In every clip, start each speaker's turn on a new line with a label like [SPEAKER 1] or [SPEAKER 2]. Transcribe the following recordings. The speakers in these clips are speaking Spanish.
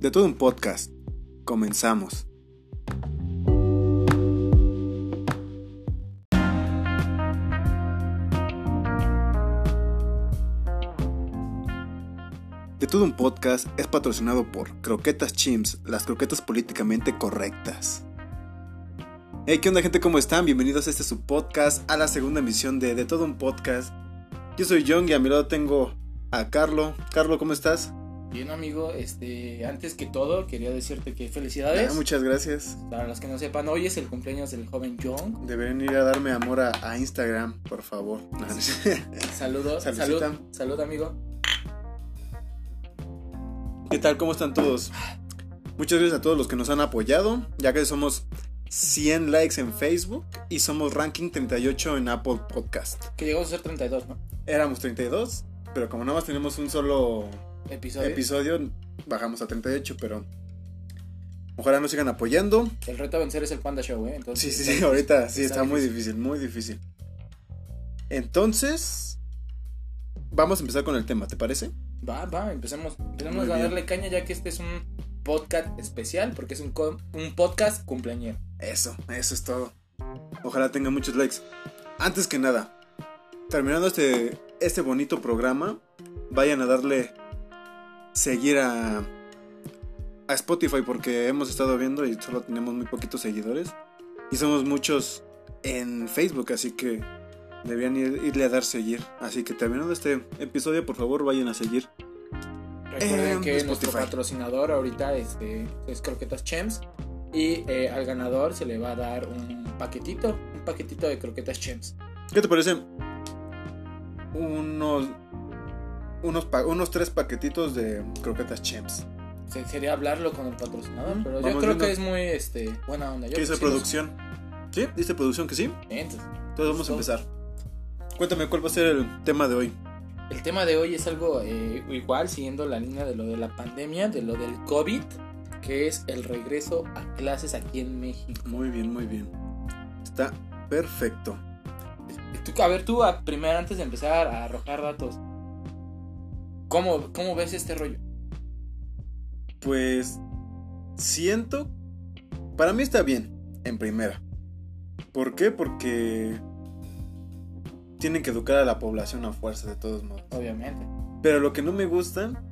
[SPEAKER 1] de todo un podcast. Comenzamos. De todo un podcast es patrocinado por Croquetas Chimps, las croquetas políticamente correctas. Hey, ¿qué onda gente? ¿Cómo están? Bienvenidos a este su podcast, a la segunda emisión de De todo un podcast. Yo soy John y a mi lado tengo a Carlo. Carlo, ¿cómo estás?
[SPEAKER 2] Bien, amigo, este, antes que todo, quería decirte que felicidades.
[SPEAKER 1] Ah, muchas gracias.
[SPEAKER 2] Para los que no sepan, hoy es el cumpleaños del joven John.
[SPEAKER 1] Deberían ir a darme amor a, a Instagram, por favor.
[SPEAKER 2] Saludos, salud,
[SPEAKER 1] Salucita.
[SPEAKER 2] salud, amigo.
[SPEAKER 1] ¿Qué tal? ¿Cómo están todos? Muchas gracias a todos los que nos han apoyado, ya que somos 100 likes en Facebook y somos ranking 38 en Apple Podcast.
[SPEAKER 2] Que llegamos a ser 32, ¿no?
[SPEAKER 1] Éramos 32, pero como nada más tenemos un solo
[SPEAKER 2] Episodio.
[SPEAKER 1] episodio, bajamos a 38, pero ojalá nos sigan apoyando.
[SPEAKER 2] El reto a vencer es el Panda Show, ¿eh?
[SPEAKER 1] Sí,
[SPEAKER 2] Entonces,
[SPEAKER 1] sí, sí, ahorita sí está muy
[SPEAKER 2] difícil.
[SPEAKER 1] difícil, muy difícil. Entonces, vamos a empezar con el tema, ¿te parece?
[SPEAKER 2] Va, va, empecemos.
[SPEAKER 1] Muy
[SPEAKER 2] Empecemos a
[SPEAKER 1] bien.
[SPEAKER 2] darle caña ya que este es un podcast especial porque es un, co- un podcast cumpleañero.
[SPEAKER 1] Eso, eso es todo. Ojalá tenga muchos likes. Antes que nada, terminando este, este bonito programa, vayan a darle seguir a, a Spotify porque hemos estado viendo y solo tenemos muy poquitos seguidores. Y somos muchos en Facebook, así que deberían ir- irle a dar seguir. Así que terminando este episodio, por favor, vayan a seguir.
[SPEAKER 2] Recuerden
[SPEAKER 1] Em,
[SPEAKER 2] que
[SPEAKER 1] Spotify.
[SPEAKER 2] nuestro patrocinador ahorita este, es Croquetas Chems y eh, al ganador se le va a dar un paquetito, un paquetito de Croquetas Chems.
[SPEAKER 1] ¿Qué te parece? Unos, unos, pa- unos tres paquetitos de croquetas champs.
[SPEAKER 2] Se- sería hablarlo con el patrocinador,
[SPEAKER 1] Mm,
[SPEAKER 2] pero yo
[SPEAKER 1] vamos
[SPEAKER 2] creo
[SPEAKER 1] viendo.
[SPEAKER 2] que es muy este, buena onda. Yo
[SPEAKER 1] ¿Qué dice
[SPEAKER 2] creo que sí
[SPEAKER 1] producción? ¿Sí? ¿Dice producción que sí?
[SPEAKER 2] nos- Entonces,
[SPEAKER 1] Entonces vamos a
[SPEAKER 2] Todo.
[SPEAKER 1] empezar. Cuéntame cuál va a ser el tema de hoy.
[SPEAKER 2] El tema de hoy es algo eh, igual, siguiendo la línea de lo de la pandemia, de lo del COVID, que es el regreso a clases aquí en México.
[SPEAKER 1] Muy bien, muy bien. Está perfecto.
[SPEAKER 2] Tú- a ver, tú a- primero, antes de empezar a arrojar datos, ¿cómo, cómo ves este rollo?
[SPEAKER 1] Pues siento... Para mí está bien, en primera. ¿Por qué? Porque tienen que educar a la población a fuerza, de todos modos.
[SPEAKER 2] Obviamente.
[SPEAKER 1] Pero lo que no me gusta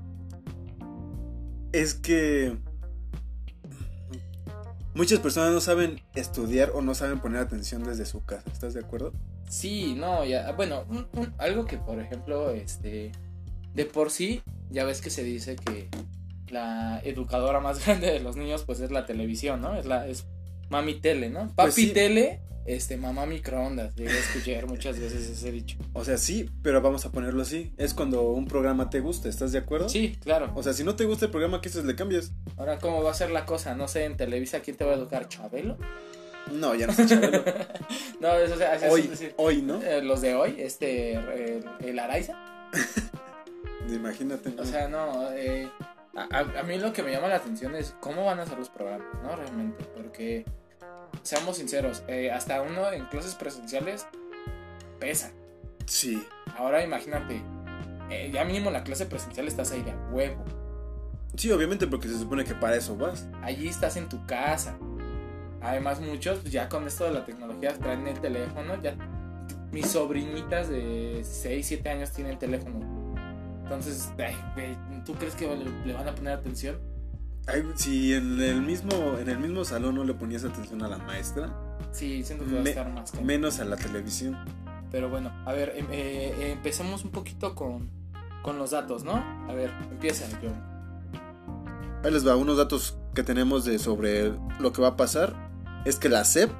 [SPEAKER 1] es que muchas personas no saben estudiar o no saben poner atención desde su casa. ¿Estás de acuerdo?
[SPEAKER 2] Sí, no, ya, ah, bueno, un- un- algo que por ejemplo, este, de por sí, ya ves que se dice que la educadora más grande de los niños, pues es la televisión, ¿no? Es la, es mami tele, ¿no? Papi
[SPEAKER 1] Pues sí.
[SPEAKER 2] tele, este, mamá microondas, llegué a escuchar muchas veces ese dicho.
[SPEAKER 1] O sea, sí, pero vamos a ponerlo así. Es cuando un programa te gusta, ¿estás de acuerdo?
[SPEAKER 2] Sí, claro.
[SPEAKER 1] O sea, si no te gusta el programa, ¿qué haces? ¿Le cambias?
[SPEAKER 2] Ahora, ¿cómo va a ser la cosa? No sé, en Televisa, ¿quién te va a educar? ¿Chabelo?
[SPEAKER 1] No, ya no sé, Chabelo.
[SPEAKER 2] no, eso, o sea, eso es
[SPEAKER 1] Hoy,
[SPEAKER 2] decir,
[SPEAKER 1] hoy, ¿no?
[SPEAKER 2] eh, los de hoy, este, el, el Araiza.
[SPEAKER 1] Imagínate.
[SPEAKER 2] O sea, no, eh, a, a- a mí lo que me llama la atención es cómo van a ser los programas, ¿no? Realmente, porque, seamos sinceros, eh, hasta uno en clases presenciales pesa.
[SPEAKER 1] sí.
[SPEAKER 2] Ahora imagínate, eh, ya mínimo en la clase presencial estás ahí de a huevo,
[SPEAKER 1] Sí, obviamente, porque se supone que para eso vas.
[SPEAKER 2] allí estás en tu casa. Además muchos pues, ya con esto de la tecnología traen el teléfono, ya mis sobrinitas de 6, 7 años tienen teléfono. Entonces, ay, güey, ¿tú crees que le- le van a poner atención?
[SPEAKER 1] Ay, si en el mismo, en el mismo salón no le ponías atención a la maestra,
[SPEAKER 2] Sí, siento que va a
[SPEAKER 1] Me-
[SPEAKER 2] estar más complicado.
[SPEAKER 1] menos a la televisión.
[SPEAKER 2] Pero bueno, a ver, em- eh, eh, empecemos un poquito con, con los datos, ¿no? A ver, empieza yo.
[SPEAKER 1] Ahí les va, unos datos que tenemos de sobre lo que va a pasar es que la SEP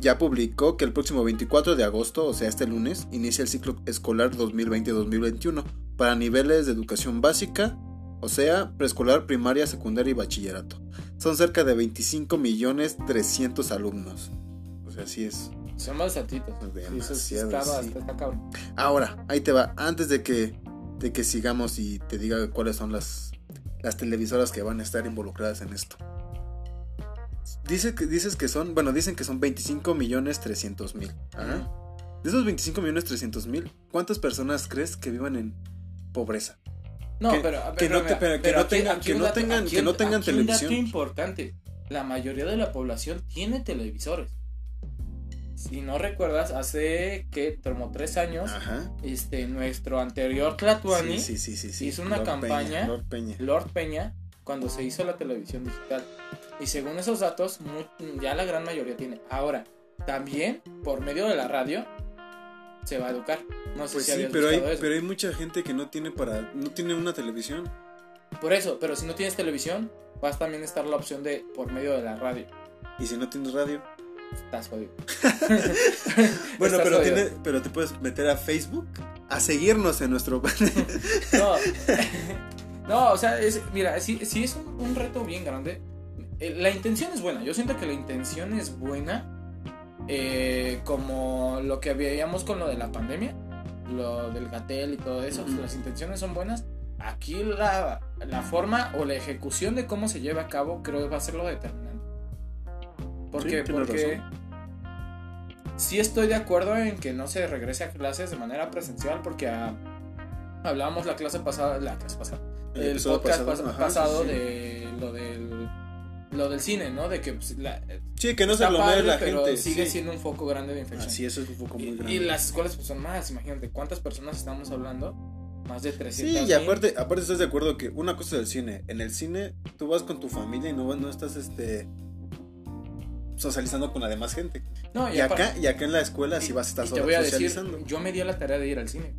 [SPEAKER 1] ya publicó que el próximo 24 de agosto, o sea este lunes, inicia el ciclo escolar 2020-2021 para niveles de educación básica, o sea preescolar, primaria, secundaria y bachillerato. Son cerca de 25 millones 300 alumnos. O sea, así es.
[SPEAKER 2] Son más datitos. Sí, eso sí
[SPEAKER 1] Demasiado,
[SPEAKER 2] estaba-
[SPEAKER 1] sí.
[SPEAKER 2] está- está cabrón.
[SPEAKER 1] Ahora, ahí te va. Antes de que, de que sigamos y te diga cuáles son las, las televisoras que van a estar involucradas en esto. Dice que, dices que son, bueno, dicen que son 25 millones 300 mil. Ajá. De esos 25 millones 300 mil, ¿cuántas personas crees que vivan en pobreza?
[SPEAKER 2] No,
[SPEAKER 1] Que-
[SPEAKER 2] pero,
[SPEAKER 1] que no te- pero que no tengan- que
[SPEAKER 2] un
[SPEAKER 1] no
[SPEAKER 2] dato-
[SPEAKER 1] tengan-
[SPEAKER 2] aquí
[SPEAKER 1] que
[SPEAKER 2] un-
[SPEAKER 1] no tengan
[SPEAKER 2] aquí Un
[SPEAKER 1] televisión.
[SPEAKER 2] dato importante. La mayoría de la población tiene televisores. Si no recuerdas, hace que como tres años,
[SPEAKER 1] Ajá.
[SPEAKER 2] este, nuestro anterior Tlatuani,
[SPEAKER 1] Sí, sí, sí, sí, sí.
[SPEAKER 2] hizo una campaña.
[SPEAKER 1] Peña, Lord Peña.
[SPEAKER 2] Lord Peña, cuando
[SPEAKER 1] Ah.
[SPEAKER 2] se hizo la televisión digital. Y según esos datos, mu- ya la gran mayoría tiene. Ahora, también por medio de la radio se va a educar. No sé
[SPEAKER 1] Pues
[SPEAKER 2] si
[SPEAKER 1] sí,
[SPEAKER 2] habías
[SPEAKER 1] pero hay,
[SPEAKER 2] escuchado eso.
[SPEAKER 1] pero hay mucha gente que no tiene para no tiene una televisión.
[SPEAKER 2] Por eso, pero si no tienes televisión, vas también a estar la opción de por medio de la radio.
[SPEAKER 1] Y si no tienes radio.
[SPEAKER 2] Estás jodido.
[SPEAKER 1] Bueno,
[SPEAKER 2] Estás
[SPEAKER 1] pero,
[SPEAKER 2] jodido.
[SPEAKER 1] tiene- pero te puedes meter a Facebook a seguirnos en nuestro.
[SPEAKER 2] No, no o sea, es, mira, sí, sí es un, un reto bien grande. Eh, La intención es buena, yo siento que la intención es buena. eh, como lo que veíamos con lo de la pandemia, lo del gatel y todo eso,
[SPEAKER 1] Ujú.
[SPEAKER 2] las intenciones son buenas. Aquí la, la forma o la ejecución de cómo se lleva a cabo creo que va a ser lo determinante. ¿Por
[SPEAKER 1] Sí,
[SPEAKER 2] qué?
[SPEAKER 1] tienes
[SPEAKER 2] Porque sí estoy de acuerdo en que no se regrese a clases de manera presencial porque ah, hablábamos la clase pasada, la clase pasada, el,
[SPEAKER 1] episodio
[SPEAKER 2] podcast pas- pasado,
[SPEAKER 1] ajá, sí, sí.
[SPEAKER 2] de lo del lo del cine, ¿no? De que pues, la,
[SPEAKER 1] Sí, que no se
[SPEAKER 2] está
[SPEAKER 1] aglomere
[SPEAKER 2] padre,
[SPEAKER 1] la
[SPEAKER 2] pero
[SPEAKER 1] gente.
[SPEAKER 2] sigue
[SPEAKER 1] sí. Ah,
[SPEAKER 2] siendo un foco grande de infección.
[SPEAKER 1] Así es, es un poco
[SPEAKER 2] Y-
[SPEAKER 1] muy grande.
[SPEAKER 2] y, las escuelas pues, son más, imagínate, ¿cuántas personas estamos hablando? Más de 300.
[SPEAKER 1] Sí, y aparte, aparte estás de acuerdo que una cosa del cine, en el cine tú vas con tu familia y no, vas- no estás este socializando con la demás gente.
[SPEAKER 2] No,
[SPEAKER 1] Y
[SPEAKER 2] apar-
[SPEAKER 1] acá, y acá en la escuela
[SPEAKER 2] y-
[SPEAKER 1] sí vas a estar
[SPEAKER 2] y te voy a decir,
[SPEAKER 1] socializando.
[SPEAKER 2] yo me di a la tarea de ir al cine.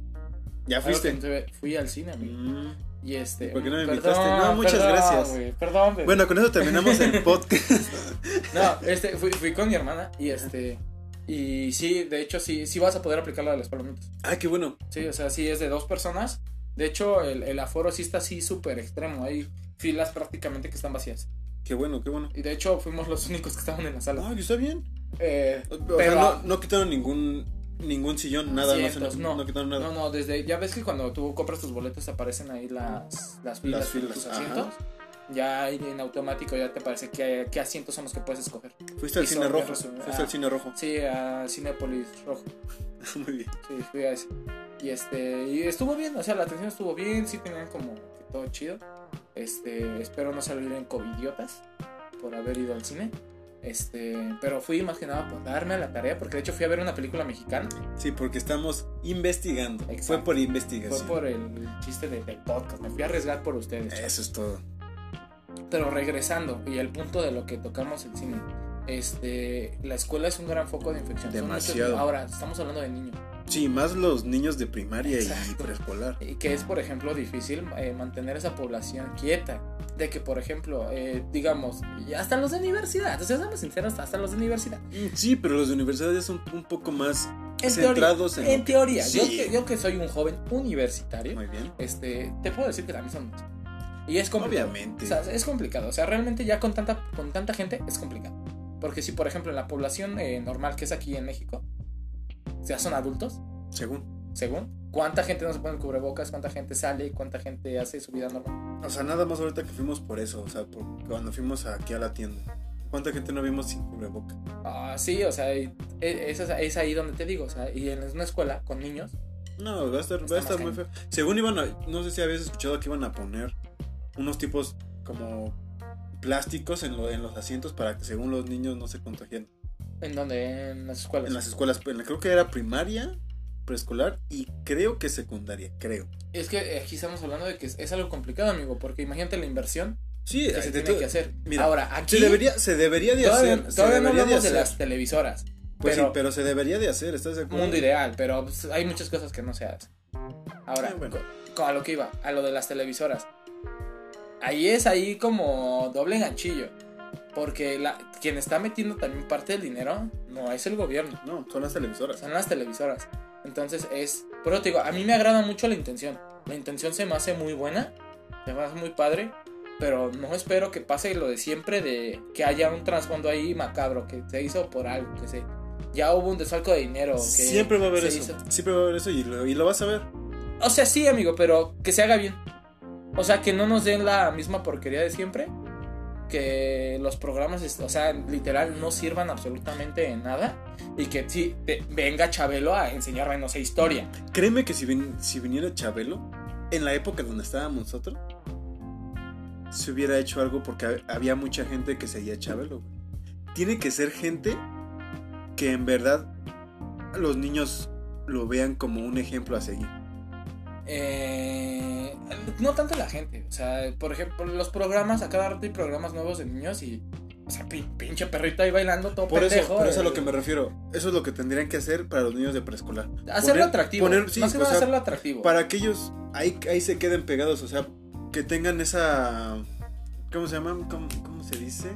[SPEAKER 1] ya
[SPEAKER 2] Algo que
[SPEAKER 1] fuiste.
[SPEAKER 2] no te- Fui al cine, amigo.
[SPEAKER 1] Mm.
[SPEAKER 2] Y este.
[SPEAKER 1] ¿Por qué no me
[SPEAKER 2] perdón,
[SPEAKER 1] invitaste? No, muchas
[SPEAKER 2] perdón,
[SPEAKER 1] gracias.
[SPEAKER 2] güey, perdón, güey.
[SPEAKER 1] Bueno, con eso terminamos el podcast.
[SPEAKER 2] No, este, fui, fui con mi hermana y este. Y sí, de hecho, sí, sí vas a poder aplicar la de las palomitas.
[SPEAKER 1] ah, qué bueno.
[SPEAKER 2] Sí, o sea, sí es de dos personas. De hecho, el, el aforo sí está así súper extremo. Hay filas prácticamente que están vacías.
[SPEAKER 1] Qué bueno, qué bueno.
[SPEAKER 2] Y de hecho, fuimos los únicos que estaban en la sala.
[SPEAKER 1] Ah, ¿y está bien.
[SPEAKER 2] Eh,
[SPEAKER 1] O- o
[SPEAKER 2] Pero-
[SPEAKER 1] sea, no, no quitaron ningún ningún sillón, nada, no, se-
[SPEAKER 2] Asientos, no.
[SPEAKER 1] no quitaron nada.
[SPEAKER 2] no, no, desde. Ya ves que cuando tú compras tus boletos aparecen ahí las, las filas,
[SPEAKER 1] Las filas,
[SPEAKER 2] tus
[SPEAKER 1] ajá.
[SPEAKER 2] asientos. Ya en automático ya te parece qué, qué asientos son los que puedes escoger.
[SPEAKER 1] Fuiste al
[SPEAKER 2] Y
[SPEAKER 1] cine
[SPEAKER 2] son-
[SPEAKER 1] rojo.
[SPEAKER 2] resumen-
[SPEAKER 1] Fuiste
[SPEAKER 2] ah.
[SPEAKER 1] al cine rojo.
[SPEAKER 2] Sí, a Cinepolis Rojo.
[SPEAKER 1] Muy bien.
[SPEAKER 2] Sí, fui a ese. Y este, y estuvo bien, o sea, la atención estuvo bien, sí tenían como que todo chido. Este, espero no salir en covidiotas por haber ido al cine. Este, pero fui más que nada por darme a la tarea, porque de hecho fui a ver una película mexicana.
[SPEAKER 1] Sí, porque estamos investigando.
[SPEAKER 2] Exacto.
[SPEAKER 1] Fue por
[SPEAKER 2] Fue
[SPEAKER 1] investigación.
[SPEAKER 2] por el chiste de- del podcast, me fui a arriesgar por ustedes.
[SPEAKER 1] Eso es todo.
[SPEAKER 2] Pero regresando, y el punto de lo que tocamos el cine, este, la escuela es un gran foco de infección. Son muchos-
[SPEAKER 1] Demasiado.
[SPEAKER 2] Ahora, estamos hablando de niños.
[SPEAKER 1] Sí, más los niños de primaria y
[SPEAKER 2] Exacto.
[SPEAKER 1] preescolar.
[SPEAKER 2] Y que es, por ejemplo, difícil eh, mantener esa población quieta. De que, por ejemplo, eh, digamos, y hasta los de universidad, o sea, seamos sinceros, hasta los de universidad.
[SPEAKER 1] Sí, pero los de universidad ya son un poco más
[SPEAKER 2] En
[SPEAKER 1] centrados
[SPEAKER 2] teoría, en,
[SPEAKER 1] en. lo que-
[SPEAKER 2] teoría yo,
[SPEAKER 1] Sí.
[SPEAKER 2] que, yo que soy un joven universitario,
[SPEAKER 1] Muy bien.
[SPEAKER 2] este, te puedo decir que también son muchos. Y es complicado.
[SPEAKER 1] Obviamente.
[SPEAKER 2] O sea, es complicado. O sea, realmente ya con tanta, con tanta gente es complicado. Porque si, por ejemplo, en la población eh, normal que es aquí en México, ya son adultos,
[SPEAKER 1] según.
[SPEAKER 2] según cuánta gente no se pone el cubrebocas, cuánta gente sale, cuánta gente hace su vida normal.
[SPEAKER 1] O sea, nada más ahorita que fuimos por eso. O sea, por cuando fuimos aquí a la tienda. ¿Cuánta gente no vimos sin cubreboca?
[SPEAKER 2] Ah, sí, o sea, y- e- es, es ahí donde te digo, o sea, y en una escuela con niños,
[SPEAKER 1] No, va a estar,
[SPEAKER 2] Está
[SPEAKER 1] va a estar
[SPEAKER 2] más
[SPEAKER 1] muy feo. Según iban a. No sé si habías escuchado que iban a poner unos tipos como plásticos en, lo, en los asientos para que según los niños no se contagien.
[SPEAKER 2] en donde en las escuelas.
[SPEAKER 1] En las escuelas, en la- creo que era primaria, preescolar y creo que secundaria, creo.
[SPEAKER 2] Es que aquí estamos hablando de que es, es algo complicado, amigo, porque imagínate la inversión
[SPEAKER 1] Sí,
[SPEAKER 2] que
[SPEAKER 1] de
[SPEAKER 2] se tiene
[SPEAKER 1] todo-
[SPEAKER 2] que hacer.
[SPEAKER 1] mira,
[SPEAKER 2] Ahora, aquí
[SPEAKER 1] se debería, se debería de
[SPEAKER 2] todavía,
[SPEAKER 1] hacer. se
[SPEAKER 2] todavía no
[SPEAKER 1] debería de
[SPEAKER 2] hablamos de,
[SPEAKER 1] hacer.
[SPEAKER 2] las televisoras,
[SPEAKER 1] Pues sí,
[SPEAKER 2] pero-
[SPEAKER 1] pero se debería de hacer, ¿estás de acuerdo?
[SPEAKER 2] mundo ideal, pero pues, hay muchas cosas que no se hacen. Ahora,
[SPEAKER 1] Ah, bueno.
[SPEAKER 2] co- co- a lo que iba, a lo de las televisoras. Ahí es ahí como doble ganchillo, porque la, quien está metiendo también parte del dinero no es el gobierno.
[SPEAKER 1] No, son las televisoras.
[SPEAKER 2] son las televisoras. Entonces es, por eso te digo, a mí me agrada mucho la intención. La intención se me hace muy buena, se me hace muy padre, pero no espero que pase lo de siempre de que haya un trasfondo ahí macabro que se hizo por algo, que se ya hubo un desfalco de dinero, que
[SPEAKER 1] Siempre va a haber
[SPEAKER 2] se
[SPEAKER 1] eso.
[SPEAKER 2] hizo-
[SPEAKER 1] Siempre va a haber eso y lo, y lo vas a ver.
[SPEAKER 2] O sea, sí, amigo, pero que se haga bien. O sea, que no nos den la misma porquería de siempre. Que los programas, est- o sea, literal, no sirvan absolutamente de nada. Y que sí, te- venga Chabelo a enseñarme, no sé, historia.
[SPEAKER 1] Créeme que si, vin- si viniera Chabelo, en la época donde estábamos nosotros, se hubiera hecho algo porque ha- había mucha gente que seguía a Chabelo. güey. Tiene que ser gente que en verdad los niños lo vean como un ejemplo a seguir.
[SPEAKER 2] Eh, no tanto la gente. O sea, por ejemplo, los programas, a cada rato hay programas nuevos de niños y. O sea, pi- pinche perrito ahí bailando todo
[SPEAKER 1] Por eso,
[SPEAKER 2] pendejo.
[SPEAKER 1] por eso a
[SPEAKER 2] eh,
[SPEAKER 1] lo que me refiero. Eso es lo que tendrían que hacer para los niños de preescolar.
[SPEAKER 2] Hacerlo
[SPEAKER 1] Poner-
[SPEAKER 2] atractivo.
[SPEAKER 1] poner- sí,
[SPEAKER 2] más que
[SPEAKER 1] o
[SPEAKER 2] nada
[SPEAKER 1] sea,
[SPEAKER 2] hacerlo atractivo.
[SPEAKER 1] Para que ellos ahí, ahí se queden pegados, o sea, que tengan esa... ¿Cómo se llama? ¿Cómo, cómo se dice?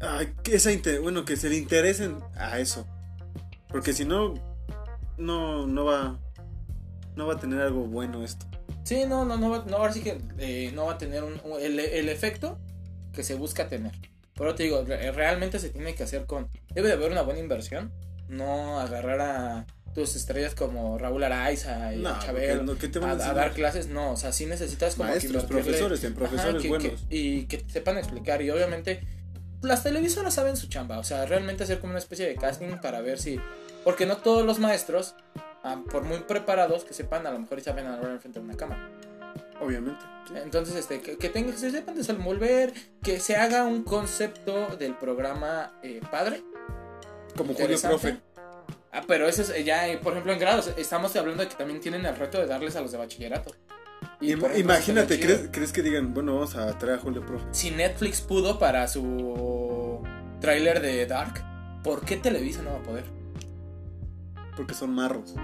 [SPEAKER 1] Ah, que esa inte- bueno, que se le interesen a eso. Porque si no, no, no va... No va a tener algo bueno esto.
[SPEAKER 2] Sí, no, no, no va, no, ahora sí que eh, no va a tener un- un- el, el efecto que se busca tener. Pero te digo, re- realmente se tiene que hacer con. Debe de haber una buena inversión. No agarrar a tus estrellas como Raúl Araiza y
[SPEAKER 1] No,
[SPEAKER 2] Chabelo.
[SPEAKER 1] porque no, ¿qué te
[SPEAKER 2] a,
[SPEAKER 1] van a,
[SPEAKER 2] a
[SPEAKER 1] enseñar?
[SPEAKER 2] dar clases, no, o sea, sí necesitas como que
[SPEAKER 1] Maestros,
[SPEAKER 2] invertirle-
[SPEAKER 1] profesores, en
[SPEAKER 2] Ajá,
[SPEAKER 1] profesores
[SPEAKER 2] que-
[SPEAKER 1] buenos.
[SPEAKER 2] que- y que te sepan explicar, y obviamente las televisoras saben su chamba, o sea, realmente hacer como una especie de casting para ver si, porque no todos los maestros, ah, por muy preparados que sepan, a lo mejor y saben hablar enfrente de una cámara.
[SPEAKER 1] Obviamente. sí.
[SPEAKER 2] Entonces, este, que, que tengan, que se sepan desenvolver, que se haga un concepto del programa eh, padre,
[SPEAKER 1] Como Julio
[SPEAKER 2] interesante.
[SPEAKER 1] Profe.
[SPEAKER 2] Ah, pero eso es eh, ya, eh, por ejemplo, en grados. Estamos hablando de que también tienen el reto de darles a los de bachillerato. Y,
[SPEAKER 1] Im-
[SPEAKER 2] por ejemplo,
[SPEAKER 1] Imagínate,
[SPEAKER 2] estaría
[SPEAKER 1] ¿crees,
[SPEAKER 2] chido.
[SPEAKER 1] ¿crees que digan, bueno, vamos a traer a Julio Profe?
[SPEAKER 2] Si Netflix pudo para su tráiler de Dark, ¿por qué Televisa no va a poder?
[SPEAKER 1] Porque son marros.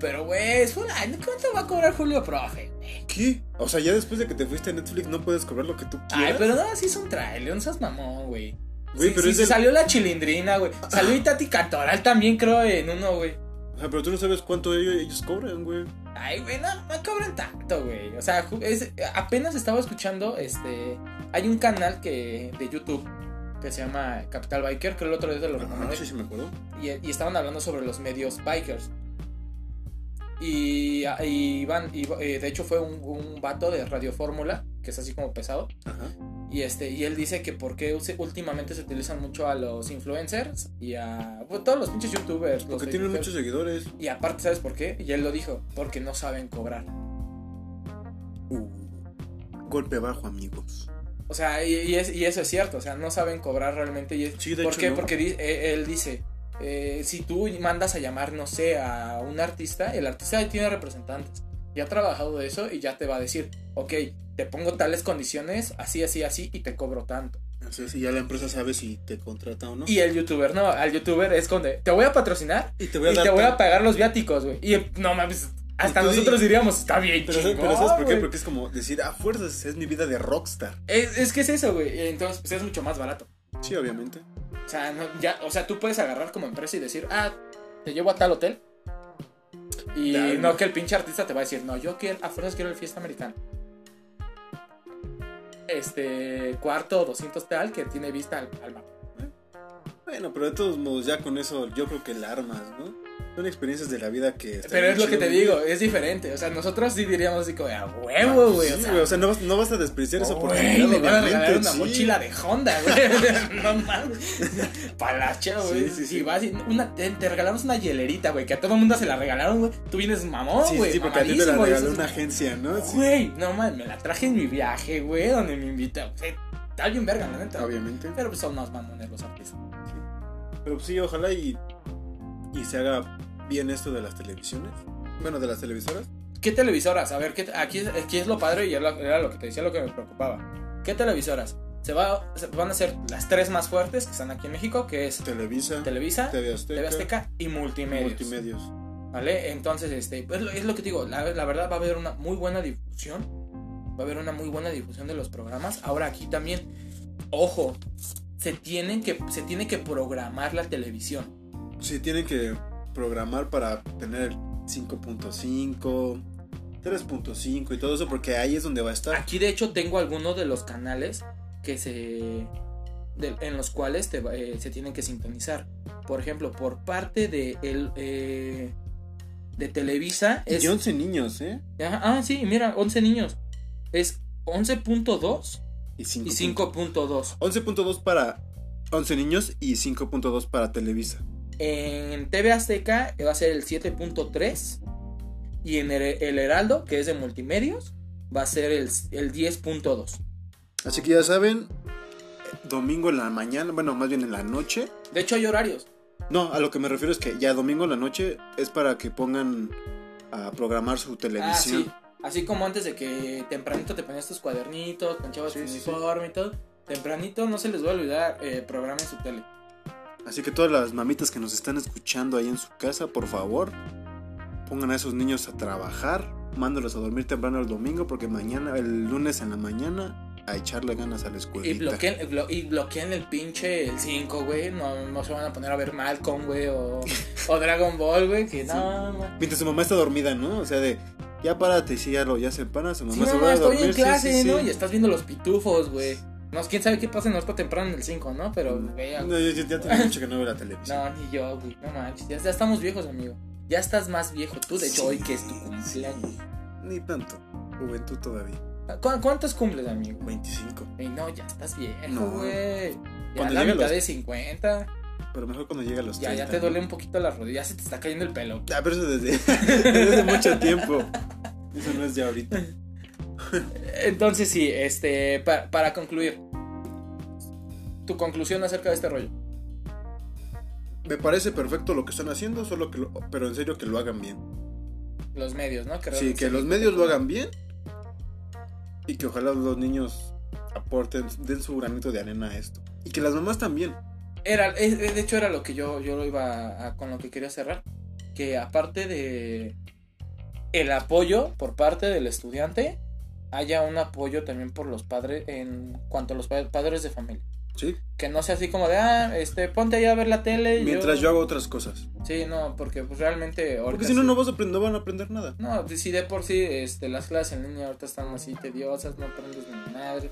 [SPEAKER 2] Pero, güey, es una... ay, ¿Cuánto va a cobrar Julio Profe?
[SPEAKER 1] ¿Qué? O sea, ya después de que te fuiste a Netflix no puedes cobrar lo que tú
[SPEAKER 2] Ay,
[SPEAKER 1] quieras.
[SPEAKER 2] pero no, sí es un tráiler, no seas mamón, güey.
[SPEAKER 1] Güey,
[SPEAKER 2] Sí,
[SPEAKER 1] pero
[SPEAKER 2] sí,
[SPEAKER 1] es
[SPEAKER 2] sí,
[SPEAKER 1] del-
[SPEAKER 2] salió la chilindrina, güey. Salió y Tati Cantoral también, creo, en uno, güey.
[SPEAKER 1] O sea, pero tú no sabes cuánto ellos, ellos cobran, güey.
[SPEAKER 2] Ay, güey, no, no cobran tanto, güey. O sea, ju- es- apenas estaba escuchando, este, hay un canal que de YouTube que se llama Capital Biker, que el otro día te lo
[SPEAKER 1] No
[SPEAKER 2] recomendé,
[SPEAKER 1] sé si me acuerdo.
[SPEAKER 2] y, y estaban hablando sobre los medios bikers. Y, ah, y van, y, eh, de hecho fue un, un vato de Radio Fórmula, que es así como pesado,
[SPEAKER 1] Ajá.
[SPEAKER 2] y este, y él dice que porque últimamente se utilizan mucho a los influencers y a bueno, todos los pinches youtubers. los
[SPEAKER 1] Porque tienen
[SPEAKER 2] facebookers.
[SPEAKER 1] muchos seguidores.
[SPEAKER 2] Y aparte, ¿sabes por qué? Y él lo dijo, porque no saben cobrar.
[SPEAKER 1] Uh, golpe bajo, amigos.
[SPEAKER 2] O sea, y, y es- y eso es cierto, o sea, no saben cobrar realmente. Y es,
[SPEAKER 1] Sí, de
[SPEAKER 2] ¿Por
[SPEAKER 1] hecho,
[SPEAKER 2] qué?
[SPEAKER 1] no.
[SPEAKER 2] Porque di- eh, él dice, eh, si tú mandas a llamar, no sé, a un artista, el artista ya tiene representantes, ya ha trabajado de eso y ya te va a decir, ok, te pongo tales condiciones, así, así, así, y te cobro tanto.
[SPEAKER 1] Entonces, si ya la empresa sabe si te contrata o no.
[SPEAKER 2] Y el youtuber, no, al youtuber es con de, te voy a patrocinar
[SPEAKER 1] Y te
[SPEAKER 2] y te voy a
[SPEAKER 1] tan-
[SPEAKER 2] pagar los viáticos, güey. Y no mames, hasta
[SPEAKER 1] Y tú di-
[SPEAKER 2] nosotros diríamos, está bien,
[SPEAKER 1] Pero, ¿sabes-
[SPEAKER 2] chingón,
[SPEAKER 1] pero ¿sabes por qué?
[SPEAKER 2] güey".
[SPEAKER 1] Porque es como decir, a fuerzas, es mi vida de rockstar.
[SPEAKER 2] Es, es que es eso, güey. Entonces, pues es mucho más barato.
[SPEAKER 1] Sí, obviamente.
[SPEAKER 2] O sea, no, ya, o sea, tú puedes agarrar como empresa y decir, ah, te llevo a tal hotel. Y
[SPEAKER 1] Ya,
[SPEAKER 2] no
[SPEAKER 1] no.
[SPEAKER 2] que el pinche artista te va a decir, no, yo quiero, a fuerzas quiero el fiesta americana. Este cuarto 200 tal que tiene vista al, al mar.
[SPEAKER 1] Bueno, pero de todos modos, ya con eso yo creo que la armas, ¿no? Son experiencias de la vida que... estaría
[SPEAKER 2] Pero es lo que
[SPEAKER 1] chido
[SPEAKER 2] te
[SPEAKER 1] vivir.
[SPEAKER 2] digo, es diferente. O sea, nosotros sí diríamos así como, a
[SPEAKER 1] Ah,
[SPEAKER 2] huevo, güey.
[SPEAKER 1] sí,
[SPEAKER 2] o sea,
[SPEAKER 1] güey, o sea, no vas, no vas a desperdiciar esa oportunidad.
[SPEAKER 2] Güey, me van a regalar
[SPEAKER 1] obviamente,
[SPEAKER 2] una
[SPEAKER 1] sí.
[SPEAKER 2] mochila de Honda, güey. no mames. Palacha, güey.
[SPEAKER 1] Sí, sí,
[SPEAKER 2] Si
[SPEAKER 1] sí.
[SPEAKER 2] vas y una, te, te regalamos una hielerita, güey, que a todo el mundo se la regalaron, güey. Tú vienes mamón,
[SPEAKER 1] Sí,
[SPEAKER 2] güey.
[SPEAKER 1] sí, porque a ti te la
[SPEAKER 2] mamadísimo, y
[SPEAKER 1] regaló
[SPEAKER 2] dices, "Ah,
[SPEAKER 1] una agencia, ¿no? Sí,
[SPEAKER 2] Güey, no mames, me la traje en mi viaje, güey, donde me invita. O sea, Está bien verga, la neta.
[SPEAKER 1] obviamente.
[SPEAKER 2] Pero pues son más mamones los artistas.
[SPEAKER 1] Pero pues, sí, ojalá y, y se haga bien esto de las televisiones. Bueno, de las televisoras.
[SPEAKER 2] ¿Qué televisoras? A ver, ¿qué te- aquí, es- aquí es lo padre y era lo, era lo que te decía lo que me preocupaba. ¿Qué televisoras? Se, va, se van a ser las tres más fuertes que están aquí en México, que es
[SPEAKER 1] Televisa,
[SPEAKER 2] Televisa,
[SPEAKER 1] TV Azteca,
[SPEAKER 2] TV Azteca y Multimedios.
[SPEAKER 1] Multimedios.
[SPEAKER 2] ¿Vale? Entonces, este, pues, lo- es lo que te digo, la, la verdad va a haber una muy buena difusión. Va a haber una muy buena difusión de los programas. Ahora aquí también, ojo, se, tienen que, se tiene que programar la televisión.
[SPEAKER 1] Sí, tienen que programar para tener 5.5, 3.5 y todo eso, porque ahí es donde va a estar.
[SPEAKER 2] Aquí de hecho tengo algunos de los canales que se... de- en los cuales te va- eh, se tienen que sintonizar. Por ejemplo, por parte de, el, eh, de Televisa es...
[SPEAKER 1] Y 11 niños, ¿eh?
[SPEAKER 2] Ajá, ah, sí, mira, 11 niños. Es 11.2
[SPEAKER 1] Y 5.
[SPEAKER 2] y 5.2.
[SPEAKER 1] 11.2 para 11 niños y 5.2 para Televisa.
[SPEAKER 2] eh, En TV Azteca va a ser el 7.3 Y en el, el Heraldo, que es de multimedios, va a ser el, el 10.2.
[SPEAKER 1] Así que ya saben, domingo en la mañana, bueno, más bien en la noche.
[SPEAKER 2] De hecho, hay horarios.
[SPEAKER 1] No, a lo que me refiero es que ya domingo en la noche es para que pongan a programar su
[SPEAKER 2] Ah,
[SPEAKER 1] televisión.
[SPEAKER 2] sí. Así como antes de que tempranito te ponías tus cuadernitos, ponchabas
[SPEAKER 1] Sí,
[SPEAKER 2] tu
[SPEAKER 1] sí, sí.
[SPEAKER 2] uniforme y todo. Tempranito no se les va a olvidar, eh, programen su tele.
[SPEAKER 1] Así que todas las mamitas que nos están escuchando ahí en su casa, por favor, pongan a esos niños a trabajar, mándalos a dormir temprano el domingo porque mañana, el lunes en la mañana, a echarle ganas a la escuelita.
[SPEAKER 2] Y bloqueen, blo- y bloqueen el pinche el 5, güey. No, no se van a poner a ver Malcolm, güey, o, o Dragon Ball, güey. Que no, no.
[SPEAKER 1] Mientras su mamá está dormida, ¿no? O sea, de ya párate, sí, ya lo, ya se para, su mamá
[SPEAKER 2] Sí,
[SPEAKER 1] se
[SPEAKER 2] mamá,
[SPEAKER 1] va a
[SPEAKER 2] estoy
[SPEAKER 1] dormir.
[SPEAKER 2] en
[SPEAKER 1] sí,
[SPEAKER 2] clase,
[SPEAKER 1] sí, sí.
[SPEAKER 2] ¿no? Y estás viendo los pitufos, güey. No, quién sabe qué pasa en está temprano en el 5, ¿no? Pero, güey, a-
[SPEAKER 1] Mm, No, yo, yo ya tengo mucho que no veo la televisión.
[SPEAKER 2] No, ni yo, güey. No manches. Ya, ya estamos viejos, amigo. Ya estás más viejo tú, pues, de hecho,
[SPEAKER 1] Sí.
[SPEAKER 2] hoy que es tu cumpleaños.
[SPEAKER 1] Ni tanto. Juventud todavía.
[SPEAKER 2] ¿Cu- ¿Cuántos cumples, amigo?
[SPEAKER 1] 25.
[SPEAKER 2] Güey, no, ya estás viejo,
[SPEAKER 1] No.
[SPEAKER 2] güey. Ya
[SPEAKER 1] Cuando
[SPEAKER 2] la
[SPEAKER 1] llegue a
[SPEAKER 2] mitad
[SPEAKER 1] los-
[SPEAKER 2] de 50.
[SPEAKER 1] Pero mejor cuando llegue a los
[SPEAKER 2] Ya,
[SPEAKER 1] 30.
[SPEAKER 2] ya te duele
[SPEAKER 1] ¿no?
[SPEAKER 2] un poquito las rodillas. Se te está cayendo el pelo.
[SPEAKER 1] Ah, pero eso desde, desde hace mucho tiempo. Eso no es de ahorita.
[SPEAKER 2] Entonces, sí, este. pa- para concluir, tu conclusión acerca de este rollo.
[SPEAKER 1] Me parece perfecto lo que están haciendo, solo que lo- pero en serio que lo hagan bien.
[SPEAKER 2] Los medios, ¿no? Creo
[SPEAKER 1] Sí, que los medios lo hagan bien. Y que ojalá los niños aporten, den su granito de arena a esto. Y que las mamás también.
[SPEAKER 2] Era, es- de hecho, era lo que yo, yo lo iba a- a- con lo que quería cerrar. Que aparte de el apoyo por parte del estudiante, haya un apoyo también por los padres en cuanto a los pa- padres de familia.
[SPEAKER 1] Sí.
[SPEAKER 2] Que no sea así como de, ah, este, ponte ahí a ver la tele. y
[SPEAKER 1] Mientras yo hago otras cosas.
[SPEAKER 2] Sí, no, porque pues, realmente. ahorita
[SPEAKER 1] Porque si no,
[SPEAKER 2] sí-
[SPEAKER 1] no, vas a aprender, no van a aprender nada.
[SPEAKER 2] No, de- si de por sí este, las clases en línea ahorita están así tediosas, no aprendes ni madre,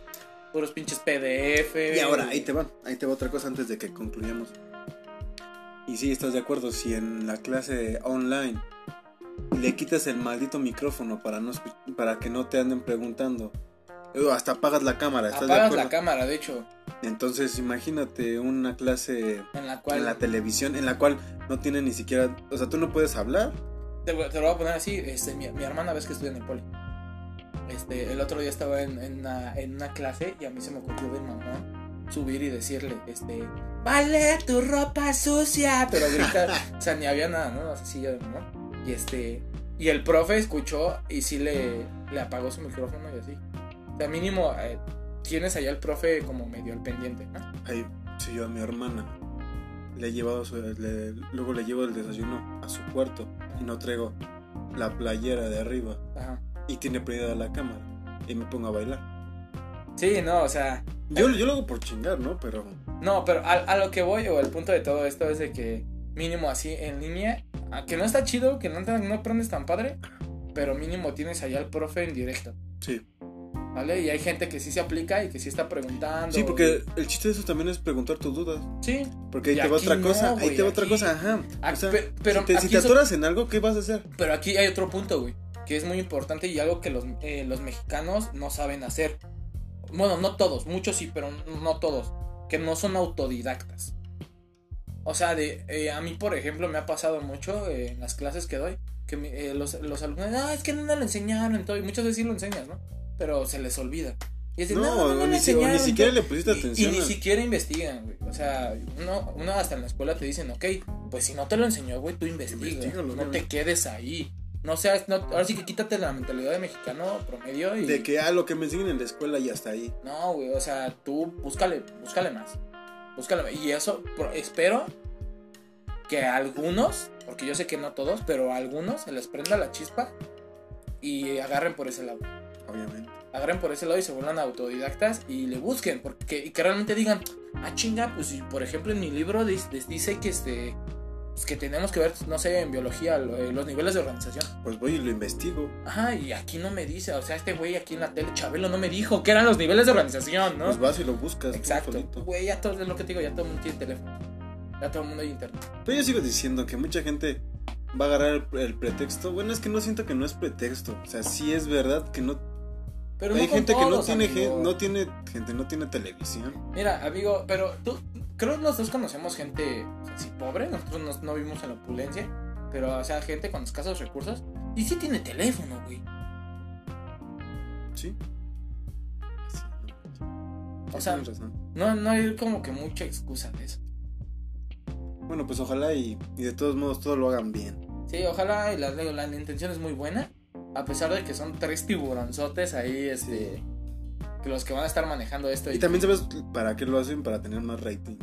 [SPEAKER 2] puros pinches PDF.
[SPEAKER 1] Y ahora, ahí te va, ahí te va otra cosa antes de que concluyamos. Y si estás de acuerdo, si en la clase online le quitas el maldito micrófono para, no escu- para que no te anden preguntando, eh, hasta apagas la cámara, ¿estás
[SPEAKER 2] Apagas
[SPEAKER 1] de
[SPEAKER 2] la
[SPEAKER 1] acuerdo?
[SPEAKER 2] cámara, de hecho,
[SPEAKER 1] Entonces imagínate una clase
[SPEAKER 2] en la cual.
[SPEAKER 1] en la televisión en la cual no tiene ni siquiera, o sea, tú no puedes hablar.
[SPEAKER 2] Te, voy- te lo voy a poner así, este, mi, mi hermana ves que estudia en el poli. Este, el otro día estaba en, en una, en una clase y a mí se me ocurrió de mamón subir y decirle, este, vale tu ropa sucia, pero gritar, o sea, ni había nada, ¿no? Así yo de mamón. Y este, y el profe escuchó y sí le, le apagó su micrófono y así. O sea, mínimo, eh, tienes allá al profe como medio al pendiente, ¿no?
[SPEAKER 1] Ay, si yo a mi hermana le he llevado, su- le- luego le llevo el desayuno a su cuarto y no traigo la playera de arriba.
[SPEAKER 2] Ajá.
[SPEAKER 1] y tiene prendida la cámara y me pongo a bailar.
[SPEAKER 2] Sí, no, o sea,
[SPEAKER 1] Yo, yo lo hago por chingar, ¿no? Pero
[SPEAKER 2] No, pero a, a lo que voy o el punto de todo esto es de que mínimo así en línea, a que no está chido, que no, te- no aprendes tan padre, pero mínimo tienes allá al profe en directo,
[SPEAKER 1] sí.
[SPEAKER 2] ¿vale? Y hay gente que sí se aplica y que sí está preguntando.
[SPEAKER 1] Sí, porque el chiste de eso también es preguntar tus dudas.
[SPEAKER 2] Sí,
[SPEAKER 1] Porque ahí
[SPEAKER 2] Y
[SPEAKER 1] te va
[SPEAKER 2] aquí
[SPEAKER 1] otra
[SPEAKER 2] no,
[SPEAKER 1] cosa, ahí
[SPEAKER 2] güey,
[SPEAKER 1] te va otra
[SPEAKER 2] aquí-
[SPEAKER 1] cosa, ajá.
[SPEAKER 2] ah,
[SPEAKER 1] O sea,
[SPEAKER 2] pe- pero,
[SPEAKER 1] si te, si
[SPEAKER 2] aquí
[SPEAKER 1] te
[SPEAKER 2] es o-
[SPEAKER 1] atoras en algo, ¿qué vas a hacer?
[SPEAKER 2] pero aquí hay otro punto, güey, que es muy importante y algo que los, eh, los mexicanos no saben hacer. Bueno, no todos, muchos sí, pero no todos, que no son autodidactas. O sea, de, eh, a mí, por ejemplo, me ha pasado mucho eh, en las clases que doy, que mi- eh, los, los alumnos, ah, es que no me lo enseñaron, todo", y muchas veces sí lo enseñas, ¿no? Pero se les olvida. Y es de,
[SPEAKER 1] No,
[SPEAKER 2] no, no,
[SPEAKER 1] o
[SPEAKER 2] no me
[SPEAKER 1] ni, si- o ni
[SPEAKER 2] enseñaron",
[SPEAKER 1] siquiera le pusiste
[SPEAKER 2] y-
[SPEAKER 1] atención.
[SPEAKER 2] Y, ni
[SPEAKER 1] a-
[SPEAKER 2] siquiera investigan, güey. O sea, uno, uno hasta en la escuela te dicen, ok, pues si no te lo enseñó, güey, tú investiga.
[SPEAKER 1] Investígalo,
[SPEAKER 2] No te
[SPEAKER 1] obviamente.
[SPEAKER 2] quedes ahí. No seas, no- ahora sí que quítate la mentalidad de mexicano promedio y.
[SPEAKER 1] De que, ah, lo que me enseñan en la escuela y hasta ahí.
[SPEAKER 2] No, güey, o sea, tú búscale, búscale más. Búscale más. Y eso, pro- espero que a algunos, porque yo sé que no todos, pero a algunos se les prenda la chispa y agarren por ese lado.
[SPEAKER 1] Obviamente.
[SPEAKER 2] agarren por ese lado y se vuelvan autodidactas y le busquen, porque y que realmente digan, ah chinga, pues y, por ejemplo en mi libro dis- dis- dice que este pues, que tenemos que ver, no sé, en biología lo- eh, los niveles de organización.
[SPEAKER 1] Pues voy y lo investigo.
[SPEAKER 2] Ajá, y aquí no me dice, o sea, este güey aquí en la tele, Chabelo no me dijo que eran los niveles de organización, ¿no?
[SPEAKER 1] Pues vas y lo buscas. tú
[SPEAKER 2] Exacto.
[SPEAKER 1] solito.
[SPEAKER 2] Güey, ya todo es lo que te digo, ya todo el mundo tiene teléfono. Ya todo el mundo hay internet.
[SPEAKER 1] Pero yo sigo diciendo que mucha gente va a agarrar el, el pretexto. Bueno, es que no siento que no es pretexto. O sea, sí es verdad que no.
[SPEAKER 2] Pero
[SPEAKER 1] hay
[SPEAKER 2] no con
[SPEAKER 1] gente que no
[SPEAKER 2] todos,
[SPEAKER 1] tiene,
[SPEAKER 2] amigo.
[SPEAKER 1] gen- no tiene gente, no tiene televisión.
[SPEAKER 2] Mira, amigo, pero tú, creo que nosotros conocemos gente, o sea, sí, pobre, nosotros nos- no vivimos en la opulencia, pero, o sea, gente con escasos recursos. Y sí tiene teléfono, güey.
[SPEAKER 1] Sí. Sí, no.
[SPEAKER 2] O
[SPEAKER 1] Sí,
[SPEAKER 2] sea-
[SPEAKER 1] tienes razón.
[SPEAKER 2] No, no hay como que mucha excusa de eso.
[SPEAKER 1] Bueno, pues ojalá y, y de todos modos todo lo hagan bien.
[SPEAKER 2] Sí, ojalá y la, la, la intención es muy buena. A pesar de que son tres tiburonzotes ahí, este. Que los que van a estar manejando esto.
[SPEAKER 1] Y también sabes para qué lo hacen, para tener más rating.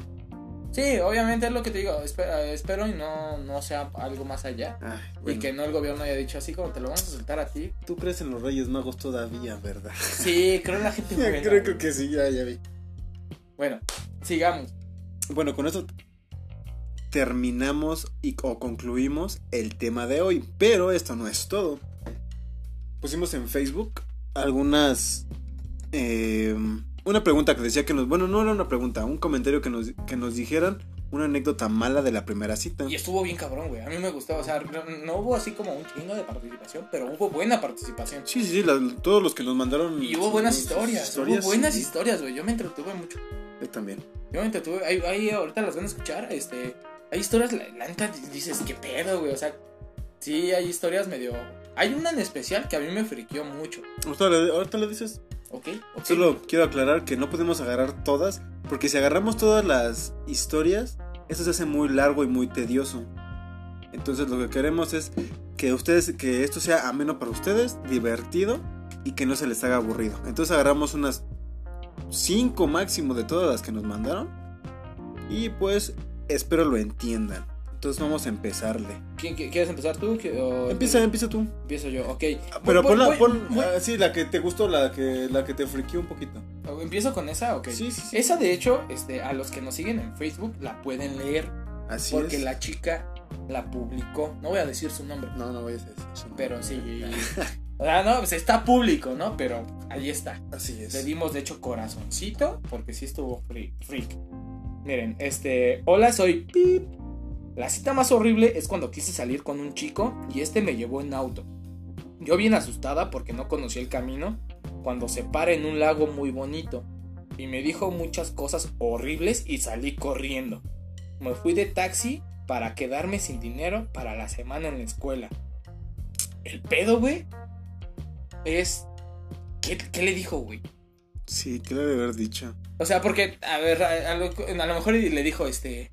[SPEAKER 2] Sí, obviamente es lo que te digo. Espero, espero y no, no sea algo más allá.
[SPEAKER 1] Ay,
[SPEAKER 2] Y
[SPEAKER 1] bueno.
[SPEAKER 2] que no el gobierno haya dicho así como te lo vamos a soltar a ti.
[SPEAKER 1] Tú crees en los Reyes Magos todavía, ¿verdad?
[SPEAKER 2] Sí, creo en la gente buena.
[SPEAKER 1] Creo que- que sí, ya, ya vi.
[SPEAKER 2] Bueno, sigamos.
[SPEAKER 1] Bueno, con esto terminamos y, o concluimos el tema de hoy. Pero esto no es todo. Pusimos en Facebook algunas... eh, una pregunta que decía que nos... Bueno, no era una pregunta, un comentario que nos, que nos dijeran una anécdota mala de la primera cita.
[SPEAKER 2] Y estuvo bien cabrón, güey. A mí me gustó. O sea, no, no hubo así como un chingo de participación, pero hubo buena participación.
[SPEAKER 1] Sí, sí, sí, la- todos los que nos mandaron...
[SPEAKER 2] Y hubo
[SPEAKER 1] sus-
[SPEAKER 2] buenas
[SPEAKER 1] sus
[SPEAKER 2] historias. hubo buenas
[SPEAKER 1] sí,
[SPEAKER 2] historias, güey. Yo me entretuve mucho.
[SPEAKER 1] Yo también.
[SPEAKER 2] Yo me entretuve. Ahí, ahí ahorita las van a escuchar. Este, hay historias, la, la neta, dices, qué pedo, güey. O sea, sí, hay historias medio. Hay una en especial que a mí me friqueó mucho.
[SPEAKER 1] Ahorita le- ahorita le dices...
[SPEAKER 2] ¿Ok? ok.
[SPEAKER 1] Solo quiero aclarar que no podemos agarrar todas, porque si agarramos todas las historias, esto se hace muy largo y muy tedioso. Entonces lo que queremos es que ustedes, que esto sea ameno para ustedes, divertido y que no se les haga aburrido. Entonces agarramos unas 5 máximo de todas las que nos mandaron y pues espero lo entiendan. Entonces vamos a empezarle.
[SPEAKER 2] ¿Quién- qui- ¿Quieres empezar tú? ¿Qui- o-
[SPEAKER 1] Empieza, empieza tú.
[SPEAKER 2] Empiezo yo, ok.
[SPEAKER 1] Pero
[SPEAKER 2] Ah, Voy-
[SPEAKER 1] ponla,
[SPEAKER 2] voy-
[SPEAKER 1] pon,
[SPEAKER 2] voy-
[SPEAKER 1] ah, sí, la que te gustó, la que, la que te friqueó un poquito.
[SPEAKER 2] ¿Empiezo con esa? Ok.
[SPEAKER 1] Sí, sí, sí.
[SPEAKER 2] Esa, de hecho, este, a los que nos siguen en Facebook la pueden leer
[SPEAKER 1] Así
[SPEAKER 2] porque
[SPEAKER 1] es.
[SPEAKER 2] la chica la publicó. No voy a decir su nombre,
[SPEAKER 1] No, no voy a decir. eso, no.
[SPEAKER 2] pero sí. o sea, no, pues está público, ¿no? Pero ahí está.
[SPEAKER 1] Así es.
[SPEAKER 2] Le dimos, de hecho, corazoncito porque sí estuvo free- freak. Miren, este. Hola, soy Pip. La cita más horrible es cuando quise salir con un chico y este me llevó en auto. Yo bien asustada porque no conocía el camino cuando se para en un lago muy bonito y me dijo muchas cosas horribles y salí corriendo. Me fui de taxi para quedarme sin dinero para la semana en la escuela. El pedo, güey, es... ¿Qué, qué le dijo, güey?
[SPEAKER 1] Sí, ¿qué le debe haber dicho?
[SPEAKER 2] O sea, porque, a ver, a, a lo, a lo mejor le dijo, este,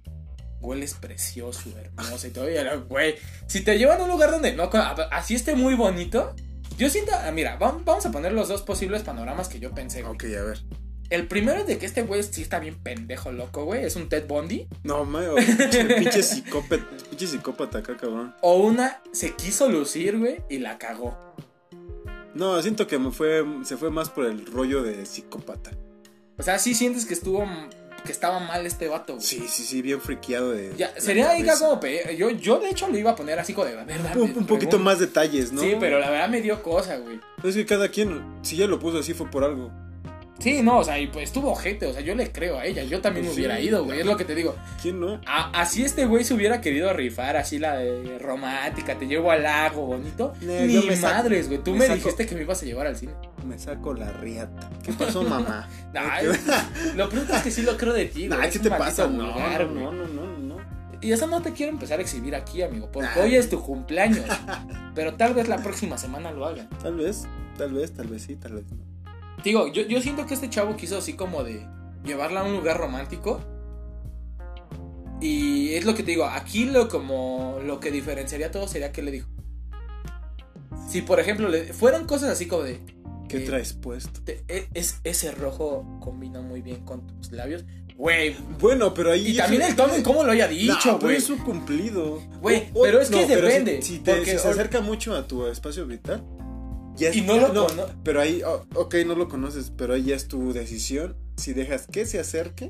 [SPEAKER 2] hueles precioso, hermoso y todo. Y era, güey, si te llevan a un lugar donde no, co- a- así esté muy bonito. Yo siento, ah, mira, vam- vamos a poner los dos posibles panoramas que yo pensé. güey.
[SPEAKER 1] Ok, a ver.
[SPEAKER 2] El primero es de que este güey sí está bien pendejo loco, güey. Es un Ted Bundy.
[SPEAKER 1] No, mayo, pinche, pinche psicópata, pinche psicópata acá, cabrón.
[SPEAKER 2] O una se quiso lucir, güey, y la cagó.
[SPEAKER 1] No, siento que me fue, se fue más por el rollo de psicópata.
[SPEAKER 2] O sea, sí sientes que estuvo, m- que estaba mal este vato, güey.
[SPEAKER 1] Sí, sí, sí, bien friqueado de.
[SPEAKER 2] Ya,
[SPEAKER 1] de
[SPEAKER 2] sería
[SPEAKER 1] la
[SPEAKER 2] ahí
[SPEAKER 1] cabeza.
[SPEAKER 2] como pe- yo, yo de hecho le iba a poner así como de la verdad.
[SPEAKER 1] Un,
[SPEAKER 2] me
[SPEAKER 1] un poquito
[SPEAKER 2] pregunto.
[SPEAKER 1] más detalles, ¿no?
[SPEAKER 2] Sí, pero la verdad me dio cosa, güey.
[SPEAKER 1] Es que cada quien, si ya lo puso así, fue por algo.
[SPEAKER 2] Sí, no, o sea, y pues estuvo gente, o sea, yo le creo a ella, yo también
[SPEAKER 1] Pues
[SPEAKER 2] me hubiera
[SPEAKER 1] sí,
[SPEAKER 2] ido, güey,
[SPEAKER 1] ya.
[SPEAKER 2] es lo que te digo.
[SPEAKER 1] ¿Quién no?
[SPEAKER 2] A- así este güey se hubiera querido rifar, así la de romántica, te llevo al lago bonito.
[SPEAKER 1] Ne, yo
[SPEAKER 2] Ni
[SPEAKER 1] me saco-
[SPEAKER 2] madres, güey, tú
[SPEAKER 1] me
[SPEAKER 2] me,
[SPEAKER 1] saco-
[SPEAKER 2] dijiste que me ibas a llevar al cine.
[SPEAKER 1] Me saco la riata. ¿Qué pasó, mamá?
[SPEAKER 2] Ay, lo pronto es que sí lo creo de ti, güey.
[SPEAKER 1] Nah,
[SPEAKER 2] es
[SPEAKER 1] ¿qué
[SPEAKER 2] un
[SPEAKER 1] te
[SPEAKER 2] maldito
[SPEAKER 1] pasa? No,
[SPEAKER 2] vulgar, güey.
[SPEAKER 1] no, no, no, no, no.
[SPEAKER 2] Y eso no te quiero empezar a exhibir aquí, amigo, porque
[SPEAKER 1] Ay.
[SPEAKER 2] hoy es tu cumpleaños. pero tal vez la próxima semana lo hagan.
[SPEAKER 1] Tal vez, tal vez, tal vez sí, tal vez no.
[SPEAKER 2] Digo, yo, yo siento que este chavo quiso así como de llevarla a un lugar romántico. Y es lo que te digo, aquí lo como lo que diferenciaría todo sería que le dijo. Si por ejemplo le fueron cosas así como de
[SPEAKER 1] ¿Qué
[SPEAKER 2] Eh,
[SPEAKER 1] traes puesto?
[SPEAKER 2] te- e- es, ese rojo combina muy bien con tus labios. Güey.
[SPEAKER 1] Bueno, pero ahí.
[SPEAKER 2] Y también el tono en cómo lo haya dicho,
[SPEAKER 1] No, pero
[SPEAKER 2] güey.
[SPEAKER 1] es un cumplido.
[SPEAKER 2] Güey,
[SPEAKER 1] O- o-
[SPEAKER 2] pero es que depende,
[SPEAKER 1] Si, si te-
[SPEAKER 2] porque
[SPEAKER 1] si se
[SPEAKER 2] or-
[SPEAKER 1] acerca mucho a tu espacio vital. ya es-
[SPEAKER 2] Y no lo
[SPEAKER 1] ya-
[SPEAKER 2] cono-
[SPEAKER 1] Pero ahí, oh, ok, no lo conoces, pero ahí ya es tu decisión. Si dejas que se acerque.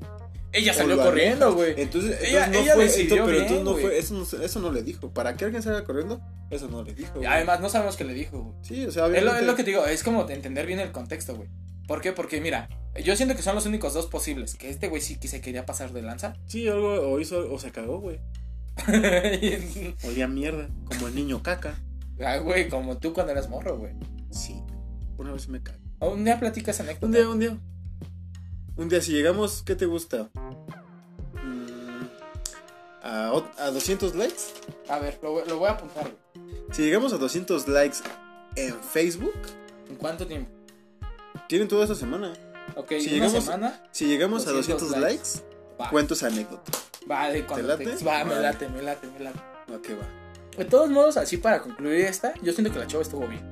[SPEAKER 2] Ella
[SPEAKER 1] o
[SPEAKER 2] salió
[SPEAKER 1] lo
[SPEAKER 2] corriendo,
[SPEAKER 1] alejas.
[SPEAKER 2] güey.
[SPEAKER 1] Entonces,
[SPEAKER 2] Ella-
[SPEAKER 1] entonces no
[SPEAKER 2] ella
[SPEAKER 1] fue.
[SPEAKER 2] decidió
[SPEAKER 1] entonces- pero
[SPEAKER 2] bien,
[SPEAKER 1] entonces no
[SPEAKER 2] güey.
[SPEAKER 1] fue. Eso no, eso no le dijo. Para que alguien salga corriendo, eso no le dijo.
[SPEAKER 2] Y
[SPEAKER 1] güey.
[SPEAKER 2] Además, no sabemos qué le dijo, güey.
[SPEAKER 1] sí, o sea,
[SPEAKER 2] Es lo,
[SPEAKER 1] obviamente.
[SPEAKER 2] es lo que te digo, es como de entender bien el contexto, güey. ¿Por qué? Porque mira, yo siento que son los únicos dos posibles. Que este güey sí que se quería pasar de lanza.
[SPEAKER 1] Sí, algo o hizo o se cagó, güey.
[SPEAKER 2] Y-
[SPEAKER 1] Olía mierda. Como el niño caca.
[SPEAKER 2] Ah, güey, como tú cuando eras morro, güey.
[SPEAKER 1] Sí. Una vez me cagué.
[SPEAKER 2] Un día platicas
[SPEAKER 1] Un
[SPEAKER 2] anécdota.
[SPEAKER 1] día, un día. Un día, si llegamos, ¿qué te gusta? Mm, ¿A, ot- a 200 likes?
[SPEAKER 2] A ver, lo, voy- lo voy a apuntar. güey.
[SPEAKER 1] Si llegamos a 200 likes en Facebook,
[SPEAKER 2] ¿En cuánto tiempo?
[SPEAKER 1] tienen toda esta semana.
[SPEAKER 2] Ok,
[SPEAKER 1] Si
[SPEAKER 2] una
[SPEAKER 1] llegamos-
[SPEAKER 2] semana.
[SPEAKER 1] Si llegamos a
[SPEAKER 2] 200
[SPEAKER 1] 200 likes,
[SPEAKER 2] Va,
[SPEAKER 1] cuento esa anécdota.
[SPEAKER 2] va de cuando
[SPEAKER 1] late?
[SPEAKER 2] te- Va, me
[SPEAKER 1] Vale.
[SPEAKER 2] late, me late, me late.
[SPEAKER 1] Ok, va.
[SPEAKER 2] De todos modos, así para concluir esta, yo siento que la chava estuvo bien.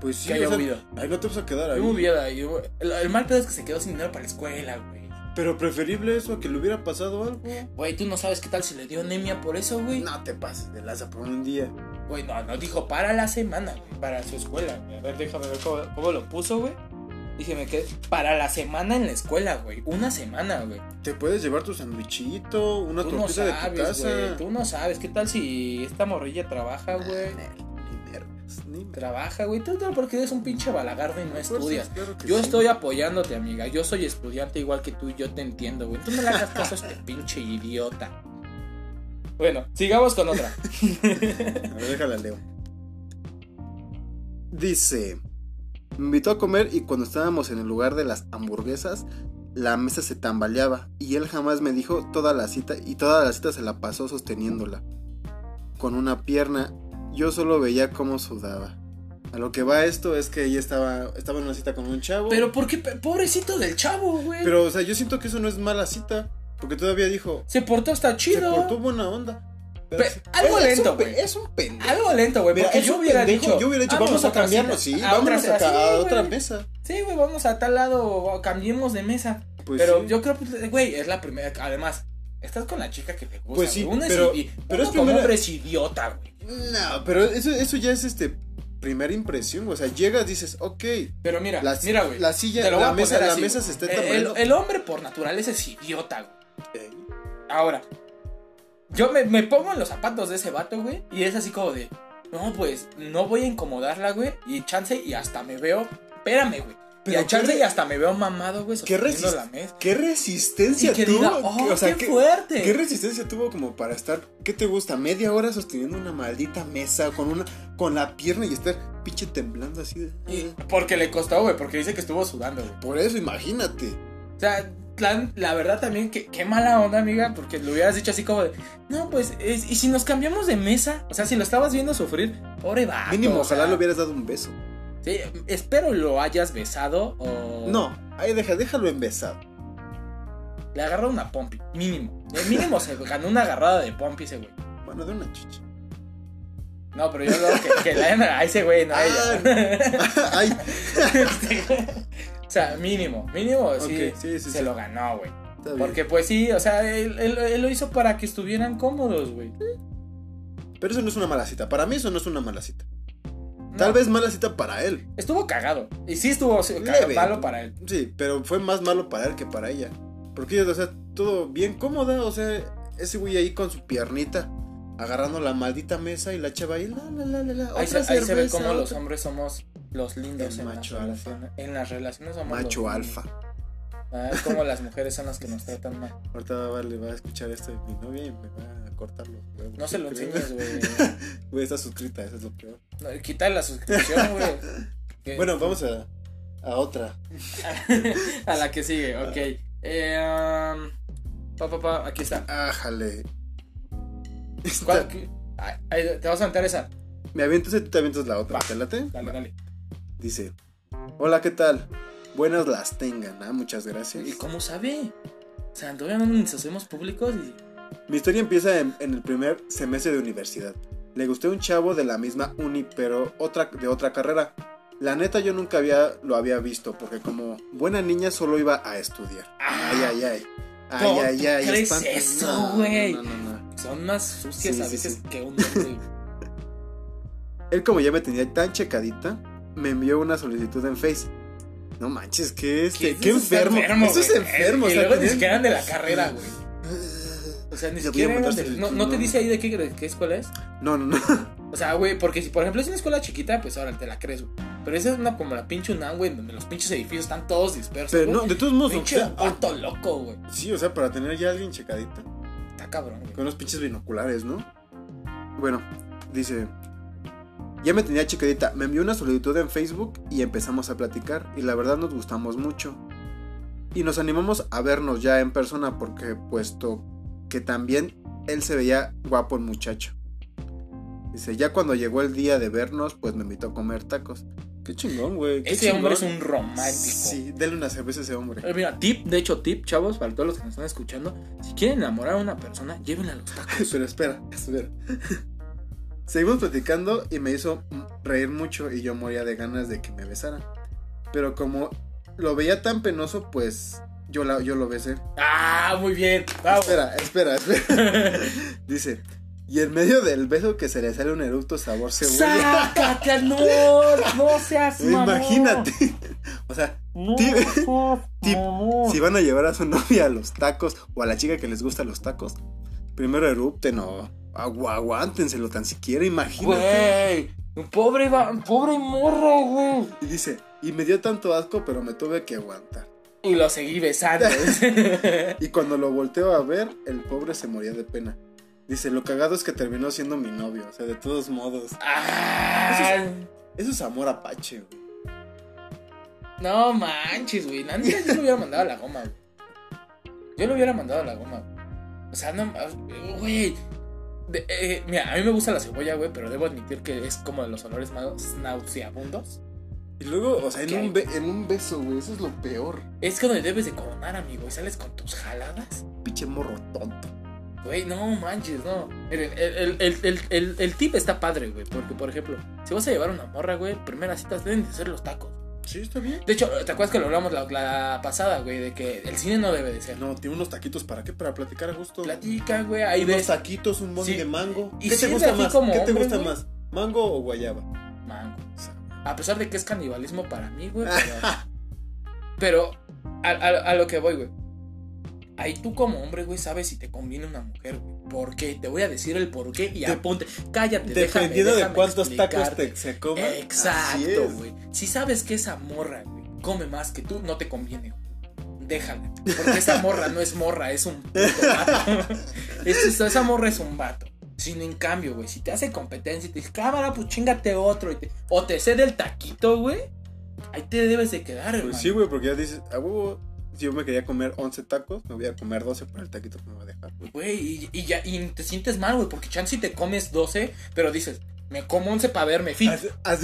[SPEAKER 1] Pues sí,
[SPEAKER 2] que haya
[SPEAKER 1] o sea,
[SPEAKER 2] huido.
[SPEAKER 1] ahí no te vas a quedar
[SPEAKER 2] Yo me
[SPEAKER 1] ahí.
[SPEAKER 2] hubiera. yo- el, el mal pedo es que se quedó sin dinero para la escuela, güey.
[SPEAKER 1] Pero preferible eso a que le hubiera pasado algo.
[SPEAKER 2] Güey, tú no sabes qué tal si le dio anemia por eso, güey.
[SPEAKER 1] No te pases de laza por un día.
[SPEAKER 2] Güey, no, no dijo para la semana, güey, para su escuela. güey. A ver, déjame ver cómo, cómo lo puso, güey. Dígame que para la semana en la escuela, güey. Una semana, güey.
[SPEAKER 1] Te puedes llevar tu sandwichito, una
[SPEAKER 2] Tú no
[SPEAKER 1] tortita de tu
[SPEAKER 2] sabes,
[SPEAKER 1] casa.
[SPEAKER 2] güey. Tú no sabes. ¿Qué tal si esta morrilla trabaja, güey?
[SPEAKER 1] Ni merdas, ni merdas.
[SPEAKER 2] Trabaja, güey. Tú no, porque eres un pinche balagardo y no estudias.
[SPEAKER 1] Claro Pues que
[SPEAKER 2] Yo
[SPEAKER 1] sí.
[SPEAKER 2] estoy apoyándote, amiga. Yo soy estudiante igual que tú y yo te entiendo, güey. Tú no le hagas caso a este pinche idiota. Bueno, sigamos con otra.
[SPEAKER 1] A ver, déjala leo. Dice: Me invitó a comer y cuando estábamos en el lugar de las hamburguesas, la mesa se tambaleaba y él jamás me dijo toda la cita y toda la cita se la pasó sosteniéndola. Con una pierna, yo solo veía cómo sudaba. A lo que va esto es que ella estaba, estaba en una cita con un chavo.
[SPEAKER 2] Pero, ¿por qué? pe- Pobrecito del chavo, güey.
[SPEAKER 1] pero, o sea, yo siento que eso no es mala cita. Porque todavía dijo:
[SPEAKER 2] Se portó hasta
[SPEAKER 1] Se
[SPEAKER 2] chido.
[SPEAKER 1] portó buena onda. Pero
[SPEAKER 2] Pe-
[SPEAKER 1] sí-
[SPEAKER 2] algo
[SPEAKER 1] es- es un
[SPEAKER 2] lento,
[SPEAKER 1] pe-
[SPEAKER 2] güey.
[SPEAKER 1] Es un pendejo.
[SPEAKER 2] Algo lento, güey.
[SPEAKER 1] Mira,
[SPEAKER 2] Porque
[SPEAKER 1] es
[SPEAKER 2] yo
[SPEAKER 1] un
[SPEAKER 2] hubiera
[SPEAKER 1] pendejo, Ah,
[SPEAKER 2] dicho.
[SPEAKER 1] yo hubiera dicho,
[SPEAKER 2] "Vámonos
[SPEAKER 1] vamos a
[SPEAKER 2] otra
[SPEAKER 1] cambiarnos,
[SPEAKER 2] cita,
[SPEAKER 1] sí,
[SPEAKER 2] a Ah, otra
[SPEAKER 1] vámonos
[SPEAKER 2] cita".
[SPEAKER 1] acá, a
[SPEAKER 2] Sí,
[SPEAKER 1] otra
[SPEAKER 2] güey.
[SPEAKER 1] mesa.
[SPEAKER 2] Sí, güey, vamos a tal lado o cambiemos de mesa.
[SPEAKER 1] Pues
[SPEAKER 2] pero
[SPEAKER 1] sí.
[SPEAKER 2] yo creo que, güey, es la primera. Además, estás con la chica que te gusta.
[SPEAKER 1] Pues sí,
[SPEAKER 2] güey. Uno es
[SPEAKER 1] pero-
[SPEAKER 2] idi-
[SPEAKER 1] pero es
[SPEAKER 2] uno como
[SPEAKER 1] primera-
[SPEAKER 2] hombre es idiota, güey.
[SPEAKER 1] No, pero eso, eso ya es este primera impresión, güey. o sea, llegas, dices, ok, eh,
[SPEAKER 2] Pero mira,
[SPEAKER 1] la,
[SPEAKER 2] mira, güey.
[SPEAKER 1] la
[SPEAKER 2] te
[SPEAKER 1] silla,
[SPEAKER 2] lo voy
[SPEAKER 1] la
[SPEAKER 2] a
[SPEAKER 1] mesa,
[SPEAKER 2] poner
[SPEAKER 1] la
[SPEAKER 2] así,
[SPEAKER 1] mesa
[SPEAKER 2] güey.
[SPEAKER 1] se está
[SPEAKER 2] el,
[SPEAKER 1] tambaleando.
[SPEAKER 2] el hombre por naturaleza es idiota, güey.
[SPEAKER 1] Eh,
[SPEAKER 2] Ahora, yo me, me pongo en los zapatos de ese vato, güey. Y es así como de, no, pues, no voy a incomodarla, güey. Y chance, y hasta me veo. Espérame, güey. Y
[SPEAKER 1] Pero
[SPEAKER 2] a chance,
[SPEAKER 1] qué-
[SPEAKER 2] y hasta me veo mamado, güey,
[SPEAKER 1] ¿Qué,
[SPEAKER 2] sosteniendo
[SPEAKER 1] resist-
[SPEAKER 2] la mesa.
[SPEAKER 1] qué
[SPEAKER 2] Y
[SPEAKER 1] resistencia
[SPEAKER 2] que
[SPEAKER 1] tuvo?
[SPEAKER 2] diga, oh,
[SPEAKER 1] o sea,
[SPEAKER 2] qué,
[SPEAKER 1] qué,
[SPEAKER 2] fuerte.
[SPEAKER 1] qué resistencia tuvo como para estar, ¿qué te gusta? Media hora sosteniendo una maldita mesa con una con la pierna y estar pinche temblando así de... "Ah,
[SPEAKER 2] Y- porque le costó, güey, porque dice que estuvo sudando, güey.
[SPEAKER 1] Por eso, imagínate.
[SPEAKER 2] O sea, la, la verdad también, que, qué mala onda, amiga, porque lo hubieras dicho así como de, no, pues, es- y si nos cambiamos de mesa, o sea, si lo estabas viendo sufrir, pobre vato.
[SPEAKER 1] Mínimo,
[SPEAKER 2] o
[SPEAKER 1] ojalá
[SPEAKER 2] sea,
[SPEAKER 1] le hubieras dado un beso.
[SPEAKER 2] Sí, espero lo hayas besado o...
[SPEAKER 1] No, ahí deja, déjalo en besado.
[SPEAKER 2] Le agarró una pompi, mínimo. De mínimo se ganó una agarrada de pompi ese güey.
[SPEAKER 1] Bueno, de una chicha.
[SPEAKER 2] No, pero yo creo que, que la hembra, a ese güey, no a
[SPEAKER 1] Ah.
[SPEAKER 2] ella.
[SPEAKER 1] Ay,
[SPEAKER 2] o sea, mínimo, mínimo, sí,
[SPEAKER 1] ok, sí, sí,
[SPEAKER 2] se
[SPEAKER 1] sí,
[SPEAKER 2] lo ganó, güey.
[SPEAKER 1] está bien.
[SPEAKER 2] Porque pues sí, o sea, él, él- él lo hizo para que estuvieran cómodos, güey.
[SPEAKER 1] Pero eso no es una mala cita. Para mí eso no es una mala cita.
[SPEAKER 2] No,
[SPEAKER 1] Tal vez mala cita para él.
[SPEAKER 2] Estuvo cagado. Y sí estuvo sí, cagado,
[SPEAKER 1] Leve.
[SPEAKER 2] malo para él.
[SPEAKER 1] Sí, pero fue más malo para él que para ella. Porque ella, o sea, todo bien cómoda. O sea, ese güey ahí con su piernita. Agarrando la maldita mesa y la chava ahí. La, la, la, la, la.
[SPEAKER 2] Ahí se,
[SPEAKER 1] otra
[SPEAKER 2] ahí se ve
[SPEAKER 1] cerveza,
[SPEAKER 2] cómo los
[SPEAKER 1] otra-
[SPEAKER 2] hombres somos los lindos
[SPEAKER 1] El
[SPEAKER 2] en,
[SPEAKER 1] macho
[SPEAKER 2] las
[SPEAKER 1] alfa.
[SPEAKER 2] relaciones, en las relaciones. Somos
[SPEAKER 1] Macho
[SPEAKER 2] los-
[SPEAKER 1] alfa.
[SPEAKER 2] Ah, es como las mujeres son las que nos tratan mal.
[SPEAKER 1] Ahorita va, vale, va a escuchar esto de mi novia y me va a cortar los huevos.
[SPEAKER 2] No se lo
[SPEAKER 1] creo.
[SPEAKER 2] enseñes, güey.
[SPEAKER 1] Güey, está suscrita, eso es lo peor.
[SPEAKER 2] No, quítale la suscripción, güey. Que-
[SPEAKER 1] Bueno, vamos a, a otra.
[SPEAKER 2] a la que sigue, ok.
[SPEAKER 1] Ah.
[SPEAKER 2] Eh, um, pa, pa, pa, aquí está.
[SPEAKER 1] Ájale.
[SPEAKER 2] ¿Cuál- qué- ay, ay, te vas a aventar esa.
[SPEAKER 1] Me avientas y tú te avientas la otra.
[SPEAKER 2] Va.
[SPEAKER 1] ¿Te late?
[SPEAKER 2] Dale, dale.
[SPEAKER 1] Dice: Hola, ¿qué tal? Buenas las tengan, ah, muchas gracias.
[SPEAKER 2] ¿Y cómo sabe? O sea, todavía no nos hacemos públicos y.
[SPEAKER 1] Mi historia empieza en, en el primer semestre de universidad. Le gusté un chavo de la misma uni, pero otra, de otra carrera. La neta, yo nunca había, lo había visto, porque como buena niña solo iba a estudiar.
[SPEAKER 2] Ah.
[SPEAKER 1] Ay, ay, ay. Ay,
[SPEAKER 2] ¿Cómo
[SPEAKER 1] ay,
[SPEAKER 2] tú
[SPEAKER 1] ay.
[SPEAKER 2] crees
[SPEAKER 1] espanto.
[SPEAKER 2] eso,
[SPEAKER 1] No,
[SPEAKER 2] güey?
[SPEAKER 1] no, no, no.
[SPEAKER 2] Son más sucias
[SPEAKER 1] Sí,
[SPEAKER 2] a
[SPEAKER 1] sí,
[SPEAKER 2] veces
[SPEAKER 1] sí.
[SPEAKER 2] que un hombre.
[SPEAKER 1] Él como ya me tenía tan checadita, me envió una solicitud en Face. No manches, que este, qué,
[SPEAKER 2] Eso está
[SPEAKER 1] enfermo. Eso es
[SPEAKER 2] güey.
[SPEAKER 1] enfermo.
[SPEAKER 2] Y
[SPEAKER 1] o sea,
[SPEAKER 2] luego ni
[SPEAKER 1] tenían-
[SPEAKER 2] siquiera eran de la carrera, güey. O sea,
[SPEAKER 1] Le voy
[SPEAKER 2] ni
[SPEAKER 1] a
[SPEAKER 2] siquiera. eran
[SPEAKER 1] mandar
[SPEAKER 2] de- no,
[SPEAKER 1] solicitud,
[SPEAKER 2] no te
[SPEAKER 1] no.
[SPEAKER 2] dice ahí de qué, de qué escuela es.
[SPEAKER 1] No, no, no.
[SPEAKER 2] O sea, güey, porque si por ejemplo es una escuela chiquita, pues ahora te la crees, güey. Pero esa es una como la pinche UNAM, güey, donde los pinches edificios están todos dispersos.
[SPEAKER 1] Pero
[SPEAKER 2] güey.
[SPEAKER 1] no, de todos modos. o
[SPEAKER 2] Pinche
[SPEAKER 1] sea,
[SPEAKER 2] vato loco, güey.
[SPEAKER 1] sí, o sea, para tener ya a alguien checadita.
[SPEAKER 2] Está cabrón, güey.
[SPEAKER 1] Con unos pinches binoculares, ¿no? Bueno, dice. Ya me tenía checadita. Me envió una solicitud en Facebook y empezamos a platicar. Y la verdad nos gustamos mucho. Y nos animamos a vernos ya en persona porque puesto que también él se veía guapo el muchacho. Dice, ya cuando llegó el día de vernos, pues me invitó a comer tacos. Qué chingón, güey. qué
[SPEAKER 2] Ese
[SPEAKER 1] chingón.
[SPEAKER 2] hombre es un romántico.
[SPEAKER 1] Sí, denle una cerveza a ese hombre.
[SPEAKER 2] Eh, Mira, tip, de hecho, tip, chavos, para todos los que nos están escuchando, si quieren enamorar a una persona, llévenla a los tacos.
[SPEAKER 1] Pero espera, espera. Seguimos platicando y me hizo reír mucho y yo moría de ganas de que me besara. Pero como lo veía tan penoso, pues yo, la, yo lo besé.
[SPEAKER 2] ah, muy bien. Vamos.
[SPEAKER 1] Espera, espera, espera. Dice, y en medio del beso que se le sale un eructo sabor cebolla.
[SPEAKER 2] Sácate, no, no seas mamón.
[SPEAKER 1] Imagínate. O sea,
[SPEAKER 2] No
[SPEAKER 1] Tip,
[SPEAKER 2] seas
[SPEAKER 1] tip,
[SPEAKER 2] mamón.
[SPEAKER 1] si van a llevar a su novia a los tacos o a la chica que les gusta los tacos, primero erupten o agu- aguántenselo tan siquiera, imagínate.
[SPEAKER 2] Güey, pobre, va- pobre morro, güey.
[SPEAKER 1] Y dice, y me dio tanto asco, pero me tuve que aguantar.
[SPEAKER 2] Y lo seguí besando.
[SPEAKER 1] Y cuando lo volteo a ver, el pobre se moría de pena. Dice, lo cagado es que terminó siendo mi novio, o sea, de todos modos.
[SPEAKER 2] ah,
[SPEAKER 1] Eso es amor apache, güey.
[SPEAKER 2] no manches, güey. La neta, yo lo hubiera mandado a la goma, güey. Yo lo hubiera mandado a la goma. güey. O sea, no, güey. De- eh, mira, a mí me gusta la cebolla, güey, pero debo admitir que es como de los olores más nauseabundos.
[SPEAKER 1] Y luego, o sea, en
[SPEAKER 2] ¿Qué?
[SPEAKER 1] un, be- en un beso, güey, eso es lo peor.
[SPEAKER 2] Es que donde debes de coronar, amigo, y sales con tus jaladas.
[SPEAKER 1] Pinche morro tonto.
[SPEAKER 2] Güey, no manches, no. Miren, el, el, el, el, el- el tip está padre, güey. Porque, por ejemplo, si vas a llevar una morra, güey, primeras citas deben de ser los tacos.
[SPEAKER 1] Sí, está bien.
[SPEAKER 2] De hecho, ¿te acuerdas que lo hablamos la, la pasada, güey? De que el cine no debe de ser.
[SPEAKER 1] No, tiene unos taquitos, ¿para qué? Para platicar a gusto.
[SPEAKER 2] Platica, güey, ahí
[SPEAKER 1] unos
[SPEAKER 2] ves.
[SPEAKER 1] taquitos, un bol
[SPEAKER 2] Sí.
[SPEAKER 1] de mango.
[SPEAKER 2] Y
[SPEAKER 1] ¿Qué
[SPEAKER 2] sí,
[SPEAKER 1] te gusta
[SPEAKER 2] así
[SPEAKER 1] más?
[SPEAKER 2] como
[SPEAKER 1] ¿Qué te
[SPEAKER 2] hombre,
[SPEAKER 1] gusta
[SPEAKER 2] güey.
[SPEAKER 1] más? ¿Mango o guayaba?
[SPEAKER 2] Mango.
[SPEAKER 1] O sea,
[SPEAKER 2] A pesar de que es canibalismo para mí, güey. Pero, pero a, a- a lo que voy, güey. Ahí tú como hombre, güey, sabes si te conviene una mujer, güey. ¿Por qué? Te voy a decir el por qué y
[SPEAKER 1] De-
[SPEAKER 2] apunte. Cállate, déjame,
[SPEAKER 1] Dependiendo
[SPEAKER 2] déjame
[SPEAKER 1] de cuántos tacos
[SPEAKER 2] explicarte.
[SPEAKER 1] te, se coman. así
[SPEAKER 2] Exacto,
[SPEAKER 1] es.
[SPEAKER 2] güey. Si sabes que esa morra, güey, come más que tú, no te conviene, güey. Déjala. Porque esa morra no es morra, es un puto vato. Es- es- esa morra es un vato. Sin en cambio, güey, si te hace competencia y te dice, cámara, pues chingate otro. y te- o te cede el taquito, güey. Ahí te debes de quedar, hermano.
[SPEAKER 1] Pues sí, güey, porque ya dices, a huevo, si yo me quería comer 11 tacos, me voy a comer 12 para el taquito que me va a dejar, güey.
[SPEAKER 2] Güey, y, y ya, y te sientes mal, güey, porque chance si te comes 12, pero dices, me como 11 para verme fit.
[SPEAKER 1] ¿Has, has-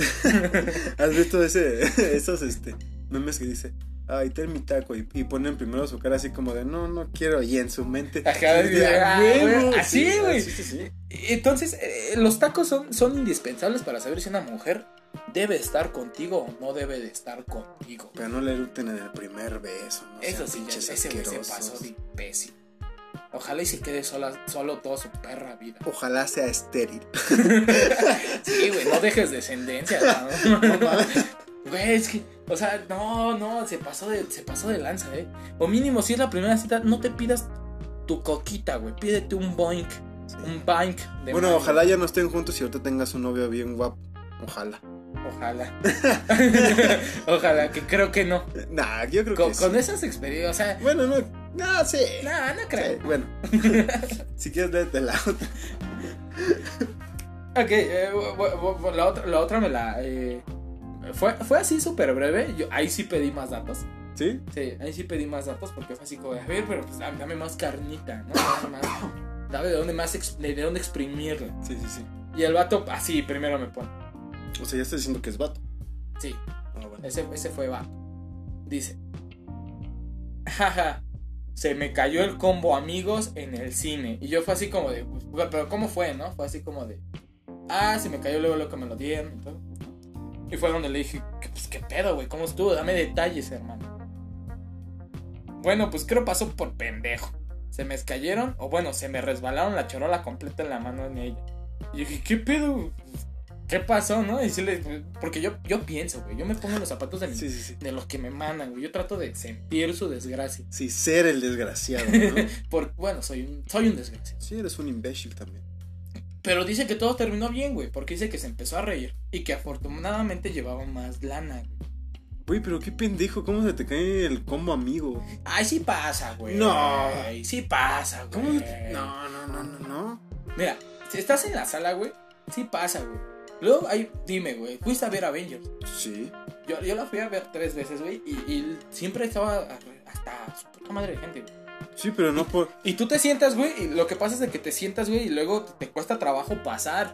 [SPEAKER 1] has visto ese, esos este, memes que dice, ay, ten mi taco, y, y ponen primero su cara así como de, no, no quiero, y en su mente.
[SPEAKER 2] Ajá,
[SPEAKER 1] sí,
[SPEAKER 2] de, ah,
[SPEAKER 1] huevo,
[SPEAKER 2] güey, así,
[SPEAKER 1] sí,
[SPEAKER 2] güey.
[SPEAKER 1] sí, sí, sí.
[SPEAKER 2] Entonces, eh, los tacos son, son indispensables para saber si una mujer debe estar contigo o no debe de estar contigo.
[SPEAKER 1] Pero no le erupten en el primer beso, no
[SPEAKER 2] Eso
[SPEAKER 1] sean
[SPEAKER 2] sí, ya,
[SPEAKER 1] pinches
[SPEAKER 2] ese güey se
[SPEAKER 1] asquerosos.
[SPEAKER 2] pasó de imbécil. Ojalá y se quede sola, solo toda su perra vida.
[SPEAKER 1] Ojalá sea estéril.
[SPEAKER 2] Sí, güey, no dejes descendencia, ¿no? Güey, es que, o sea, no, no, se pasó, de, se pasó de lanza, ¿eh? O mínimo, si es la primera cita, no te pidas tu coquita, güey. Pídete un boink, un bank. de
[SPEAKER 1] Bueno,
[SPEAKER 2] mango.
[SPEAKER 1] ojalá ya no estén juntos y ahorita tengas un novio bien guapo. Ojalá.
[SPEAKER 2] Ojalá. Ojalá, que creo que no.
[SPEAKER 1] Nah, yo creo
[SPEAKER 2] Con,
[SPEAKER 1] que sí.
[SPEAKER 2] con esas experiencias, o sea,
[SPEAKER 1] Bueno, no. No, sí.
[SPEAKER 2] nada, no
[SPEAKER 1] Sí,
[SPEAKER 2] creo.
[SPEAKER 1] bueno. si quieres, léete la otra.
[SPEAKER 2] Ok, eh, bu- bu- bu- la, otra, la otra me la. eh, fue, fue así súper breve. Yo, ahí sí pedí más datos.
[SPEAKER 1] ¿Sí?
[SPEAKER 2] Sí, ahí sí pedí más datos porque fue así como de, a ver, pero pues dame, dame más carnita, ¿no? Dame, más- dame de dónde más ex- de, de dónde exprimirla.
[SPEAKER 1] Sí, sí, sí.
[SPEAKER 2] Y el vato, así primero me pone.
[SPEAKER 1] O sea, ya estoy diciendo que es vato.
[SPEAKER 2] Sí,
[SPEAKER 1] Ah, bueno.
[SPEAKER 2] Ese, ese fue va. Dice. Jaja. Se me cayó el combo amigos en el cine. Y yo fue así como de. pues, güey, Pero ¿cómo fue, no? Fue así como de. Ah, se me cayó luego lo que me lo dieron y todo. Y fue donde le dije, "¿Qué- pues qué pedo, güey, ¿cómo estuvo? Dame detalles, hermano. Bueno, pues creo pasó por pendejo. Se me cayeron, o bueno, se me resbalaron la chorola completa en la mano de ella. Y dije, ¿qué pedo? ¿Qué pasó, no? Y sí le- porque yo, yo pienso, güey, yo me pongo en los zapatos de, mi-
[SPEAKER 1] Sí, sí, sí.
[SPEAKER 2] de los que me mandan, güey. Yo trato de sentir su desgracia.
[SPEAKER 1] Sí, ser el desgraciado, ¿no?
[SPEAKER 2] Por, bueno, soy un, soy un desgraciado.
[SPEAKER 1] sí, eres un imbécil también.
[SPEAKER 2] Pero dice que todo terminó bien, güey, porque dice que se empezó a reír y que afortunadamente llevaba más lana, güey.
[SPEAKER 1] Güey, pero qué pendejo, ¿cómo se te cae el combo amigo?
[SPEAKER 2] Ay, sí pasa, güey.
[SPEAKER 1] No.
[SPEAKER 2] Sí pasa, güey.
[SPEAKER 1] ¿Cómo se te- No, no, no, no, no.
[SPEAKER 2] Mira, si estás en la sala, güey, sí pasa, güey. Luego, ahí, dime, güey, fuiste a ver Avengers.
[SPEAKER 1] Sí.
[SPEAKER 2] Yo, yo la fui a ver tres veces, güey, y, y siempre estaba hasta su puta madre de gente, güey.
[SPEAKER 1] Sí, pero no por.
[SPEAKER 2] Y tú te sientas, güey, y lo que pasa es de que te sientas, güey, y luego te cuesta trabajo pasar.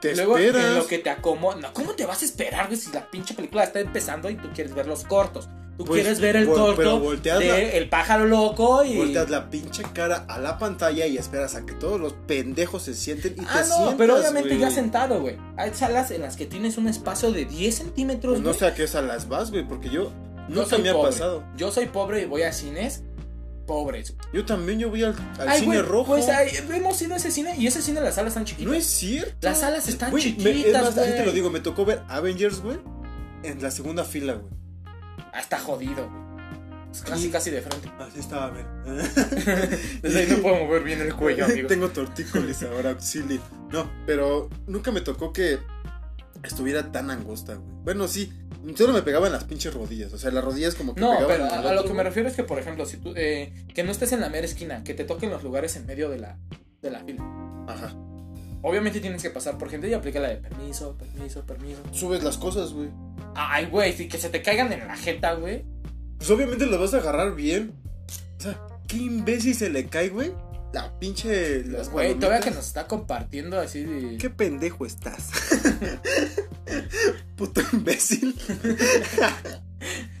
[SPEAKER 1] Te
[SPEAKER 2] Luego, en
[SPEAKER 1] esperas.
[SPEAKER 2] lo que te acomoda. No, ¿Cómo te vas a esperar, güey? Si la pinche película está empezando y tú quieres ver los cortos. Tú
[SPEAKER 1] Pues,
[SPEAKER 2] quieres ver el
[SPEAKER 1] vol- pero
[SPEAKER 2] corto
[SPEAKER 1] volteas
[SPEAKER 2] de
[SPEAKER 1] la-
[SPEAKER 2] El pájaro loco y.
[SPEAKER 1] Volteas la pinche cara a la pantalla y esperas a que todos los pendejos se sienten y
[SPEAKER 2] ah,
[SPEAKER 1] te
[SPEAKER 2] no,
[SPEAKER 1] sientas,
[SPEAKER 2] pero obviamente
[SPEAKER 1] güey.
[SPEAKER 2] ya sentado, güey. Hay salas en las que tienes un espacio de 10 centímetros.
[SPEAKER 1] Pues no
[SPEAKER 2] güey.
[SPEAKER 1] sé a qué salas vas, güey, porque yo
[SPEAKER 2] Yo
[SPEAKER 1] nunca
[SPEAKER 2] soy
[SPEAKER 1] me ha
[SPEAKER 2] pobre.
[SPEAKER 1] pasado.
[SPEAKER 2] Yo soy pobre y voy a cines pobres.
[SPEAKER 1] Yo también yo voy al, al
[SPEAKER 2] Ay,
[SPEAKER 1] cine
[SPEAKER 2] güey,
[SPEAKER 1] rojo.
[SPEAKER 2] Pues ay, hemos ido a ese cine y ese cine las salas están
[SPEAKER 1] no
[SPEAKER 2] chiquitas.
[SPEAKER 1] es cierto.
[SPEAKER 2] Las salas están
[SPEAKER 1] Güey, me-
[SPEAKER 2] chiquitas.
[SPEAKER 1] es más, así te
[SPEAKER 2] güey.
[SPEAKER 1] lo digo, me tocó ver Avengers, güey, en la segunda fila, güey.
[SPEAKER 2] Ah, está jodido, güey. Es casi,
[SPEAKER 1] Y-
[SPEAKER 2] casi de frente.
[SPEAKER 1] Así estaba, a ver.
[SPEAKER 2] Desde ahí no puedo mover bien el cuello, amigo.
[SPEAKER 1] Tengo tortícolis ahora, auxilio. No, pero nunca me tocó que estuviera tan angosta, güey. Bueno, sí, solo me pegaban las pinches rodillas. O sea, las rodillas como que
[SPEAKER 2] No,
[SPEAKER 1] pegaban
[SPEAKER 2] pero
[SPEAKER 1] al
[SPEAKER 2] a, a lo
[SPEAKER 1] otro,
[SPEAKER 2] que me
[SPEAKER 1] güey.
[SPEAKER 2] refiero es que, por ejemplo, si tú, eh, que no estés en la mera esquina, que te toquen los lugares en medio de la, de la fila.
[SPEAKER 1] Ajá.
[SPEAKER 2] Obviamente tienes que pasar por gente y aplica la de permiso, permiso, permiso.
[SPEAKER 1] Subes las cosas, güey.
[SPEAKER 2] Ay, güey, si que se te caigan en la jeta, güey.
[SPEAKER 1] Pues obviamente las vas a agarrar bien. O sea, qué imbécil se le cae, güey. La pinche. Las
[SPEAKER 2] Güey,
[SPEAKER 1] palomitas.
[SPEAKER 2] todavía que nos está compartiendo así de...
[SPEAKER 1] Qué pendejo estás. Puto imbécil.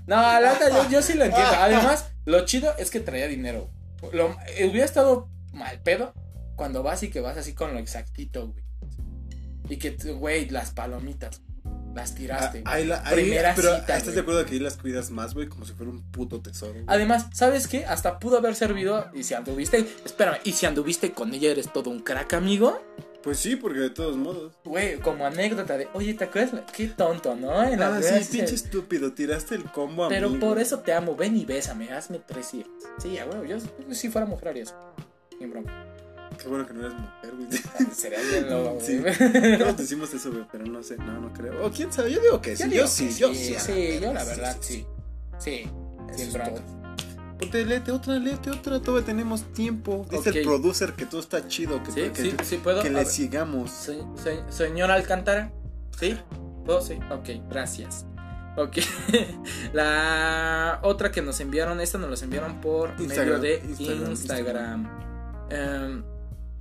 [SPEAKER 2] No, la neta, yo, yo sí lo entiendo. Además, lo chido es que traía dinero. Lo- eh, hubiera estado mal pedo cuando vas y que vas así con lo exactito, güey. Y que, tú, güey, las palomitas, las tiraste.
[SPEAKER 1] Ah, ahí la- ahí-
[SPEAKER 2] Primera
[SPEAKER 1] pero
[SPEAKER 2] cita,
[SPEAKER 1] estás
[SPEAKER 2] güey.
[SPEAKER 1] de acuerdo que ahí las cuidas más, güey, como si fuera un puto tesoro. güey?
[SPEAKER 2] Además, ¿sabes qué? Hasta pudo haber servido. Y si anduviste, espérame, y si anduviste con ella, eres todo un crack, amigo.
[SPEAKER 1] Pues sí, porque de todos modos.
[SPEAKER 2] Güey, como anécdota de, oye, ¿te acuerdas? Qué tonto, ¿no? En la
[SPEAKER 1] Ah, sí,
[SPEAKER 2] clase".
[SPEAKER 1] pinche estúpido, tiraste el combo a
[SPEAKER 2] eh. Pero
[SPEAKER 1] mí,
[SPEAKER 2] por
[SPEAKER 1] güey.
[SPEAKER 2] eso te amo, ven y bésame, hazme tres hijos. Sí, a huevo, yo si fuera mujer haría eso. Sin broma.
[SPEAKER 1] Qué bueno que no eres mujer, güey.
[SPEAKER 2] Sería bien lobo, güey.
[SPEAKER 1] Sí. Todos decimos eso, güey, pero no sé, no, no creo. O quién sabe, yo digo que sí,
[SPEAKER 2] Yo
[SPEAKER 1] yo,
[SPEAKER 2] digo
[SPEAKER 1] sí,
[SPEAKER 2] que
[SPEAKER 1] yo
[SPEAKER 2] sí,
[SPEAKER 1] sí. a
[SPEAKER 2] sí, yo la
[SPEAKER 1] verga,
[SPEAKER 2] verdad, sí. Sí,
[SPEAKER 1] Eso
[SPEAKER 2] sin
[SPEAKER 1] es
[SPEAKER 2] broncas.
[SPEAKER 1] todo. Ponte, léete otra, léete otra, todavía tenemos tiempo. Dice
[SPEAKER 2] Ok.
[SPEAKER 1] el producer que todo está chido, que,
[SPEAKER 2] Sí,
[SPEAKER 1] que,
[SPEAKER 2] sí, sí puedo.
[SPEAKER 1] que
[SPEAKER 2] A
[SPEAKER 1] le
[SPEAKER 2] ver,
[SPEAKER 1] sigamos.
[SPEAKER 2] se- se- señor Alcántara, ¿sí? ¿Puedo? Sí, ok, gracias. Ok, la otra que nos enviaron, esta nos la enviaron por medio
[SPEAKER 1] Instagram,
[SPEAKER 2] de Instagram.
[SPEAKER 1] Instagram,
[SPEAKER 2] Em,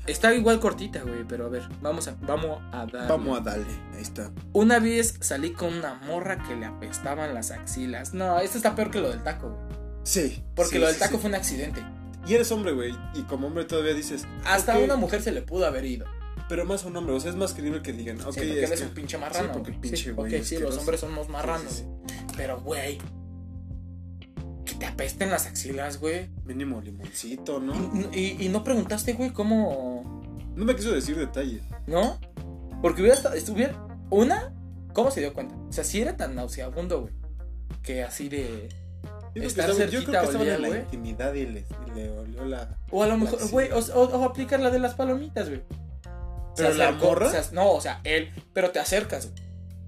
[SPEAKER 2] está igual cortita, güey, pero a ver, vamos a, vamos a dar.
[SPEAKER 1] Vamos a darle, ahí está.
[SPEAKER 2] Una vez salí con una morra que le apestaban las axilas. No, esto está peor que lo del taco, güey.
[SPEAKER 1] Sí.
[SPEAKER 2] Porque
[SPEAKER 1] sí,
[SPEAKER 2] lo del
[SPEAKER 1] sí,
[SPEAKER 2] taco
[SPEAKER 1] sí.
[SPEAKER 2] fue un accidente.
[SPEAKER 1] Y eres hombre, güey, y como hombre todavía dices,
[SPEAKER 2] Hasta
[SPEAKER 1] Ok.
[SPEAKER 2] a una mujer se le pudo haber ido.
[SPEAKER 1] pero más un hombre, o sea, es más creíble que digan, ok,
[SPEAKER 2] Sí, porque
[SPEAKER 1] este-
[SPEAKER 2] eres un pinche marrano.
[SPEAKER 1] sí, porque
[SPEAKER 2] güey.
[SPEAKER 1] pinche
[SPEAKER 2] Sí,
[SPEAKER 1] güey
[SPEAKER 2] ok, sí, los
[SPEAKER 1] asqueroso.
[SPEAKER 2] hombres somos marranos.
[SPEAKER 1] Sí, sí, sí.
[SPEAKER 2] Pero, güey, que te apesten las axilas, güey.
[SPEAKER 1] Mínimo limoncito, ¿no?
[SPEAKER 2] Y, y- y no preguntaste, güey, cómo.
[SPEAKER 1] No me quiso decir detalle.
[SPEAKER 2] ¿No? Porque hubiera estado. Estuviera. Una, ¿cómo se dio cuenta? O sea, si era tan nauseabundo, güey. Que así de.
[SPEAKER 1] Yo creo que
[SPEAKER 2] Estar
[SPEAKER 1] estaban- yo creo que
[SPEAKER 2] cerquita
[SPEAKER 1] estaban
[SPEAKER 2] olía,
[SPEAKER 1] en la
[SPEAKER 2] güey.
[SPEAKER 1] intimidad y le, y le olió la.
[SPEAKER 2] O a lo mejor,
[SPEAKER 1] Laxi.
[SPEAKER 2] güey, o, o- o aplicar la de las palomitas, güey. Se
[SPEAKER 1] Pero la morra-
[SPEAKER 2] se ac- no, o sea, él, pero te acercas, güey.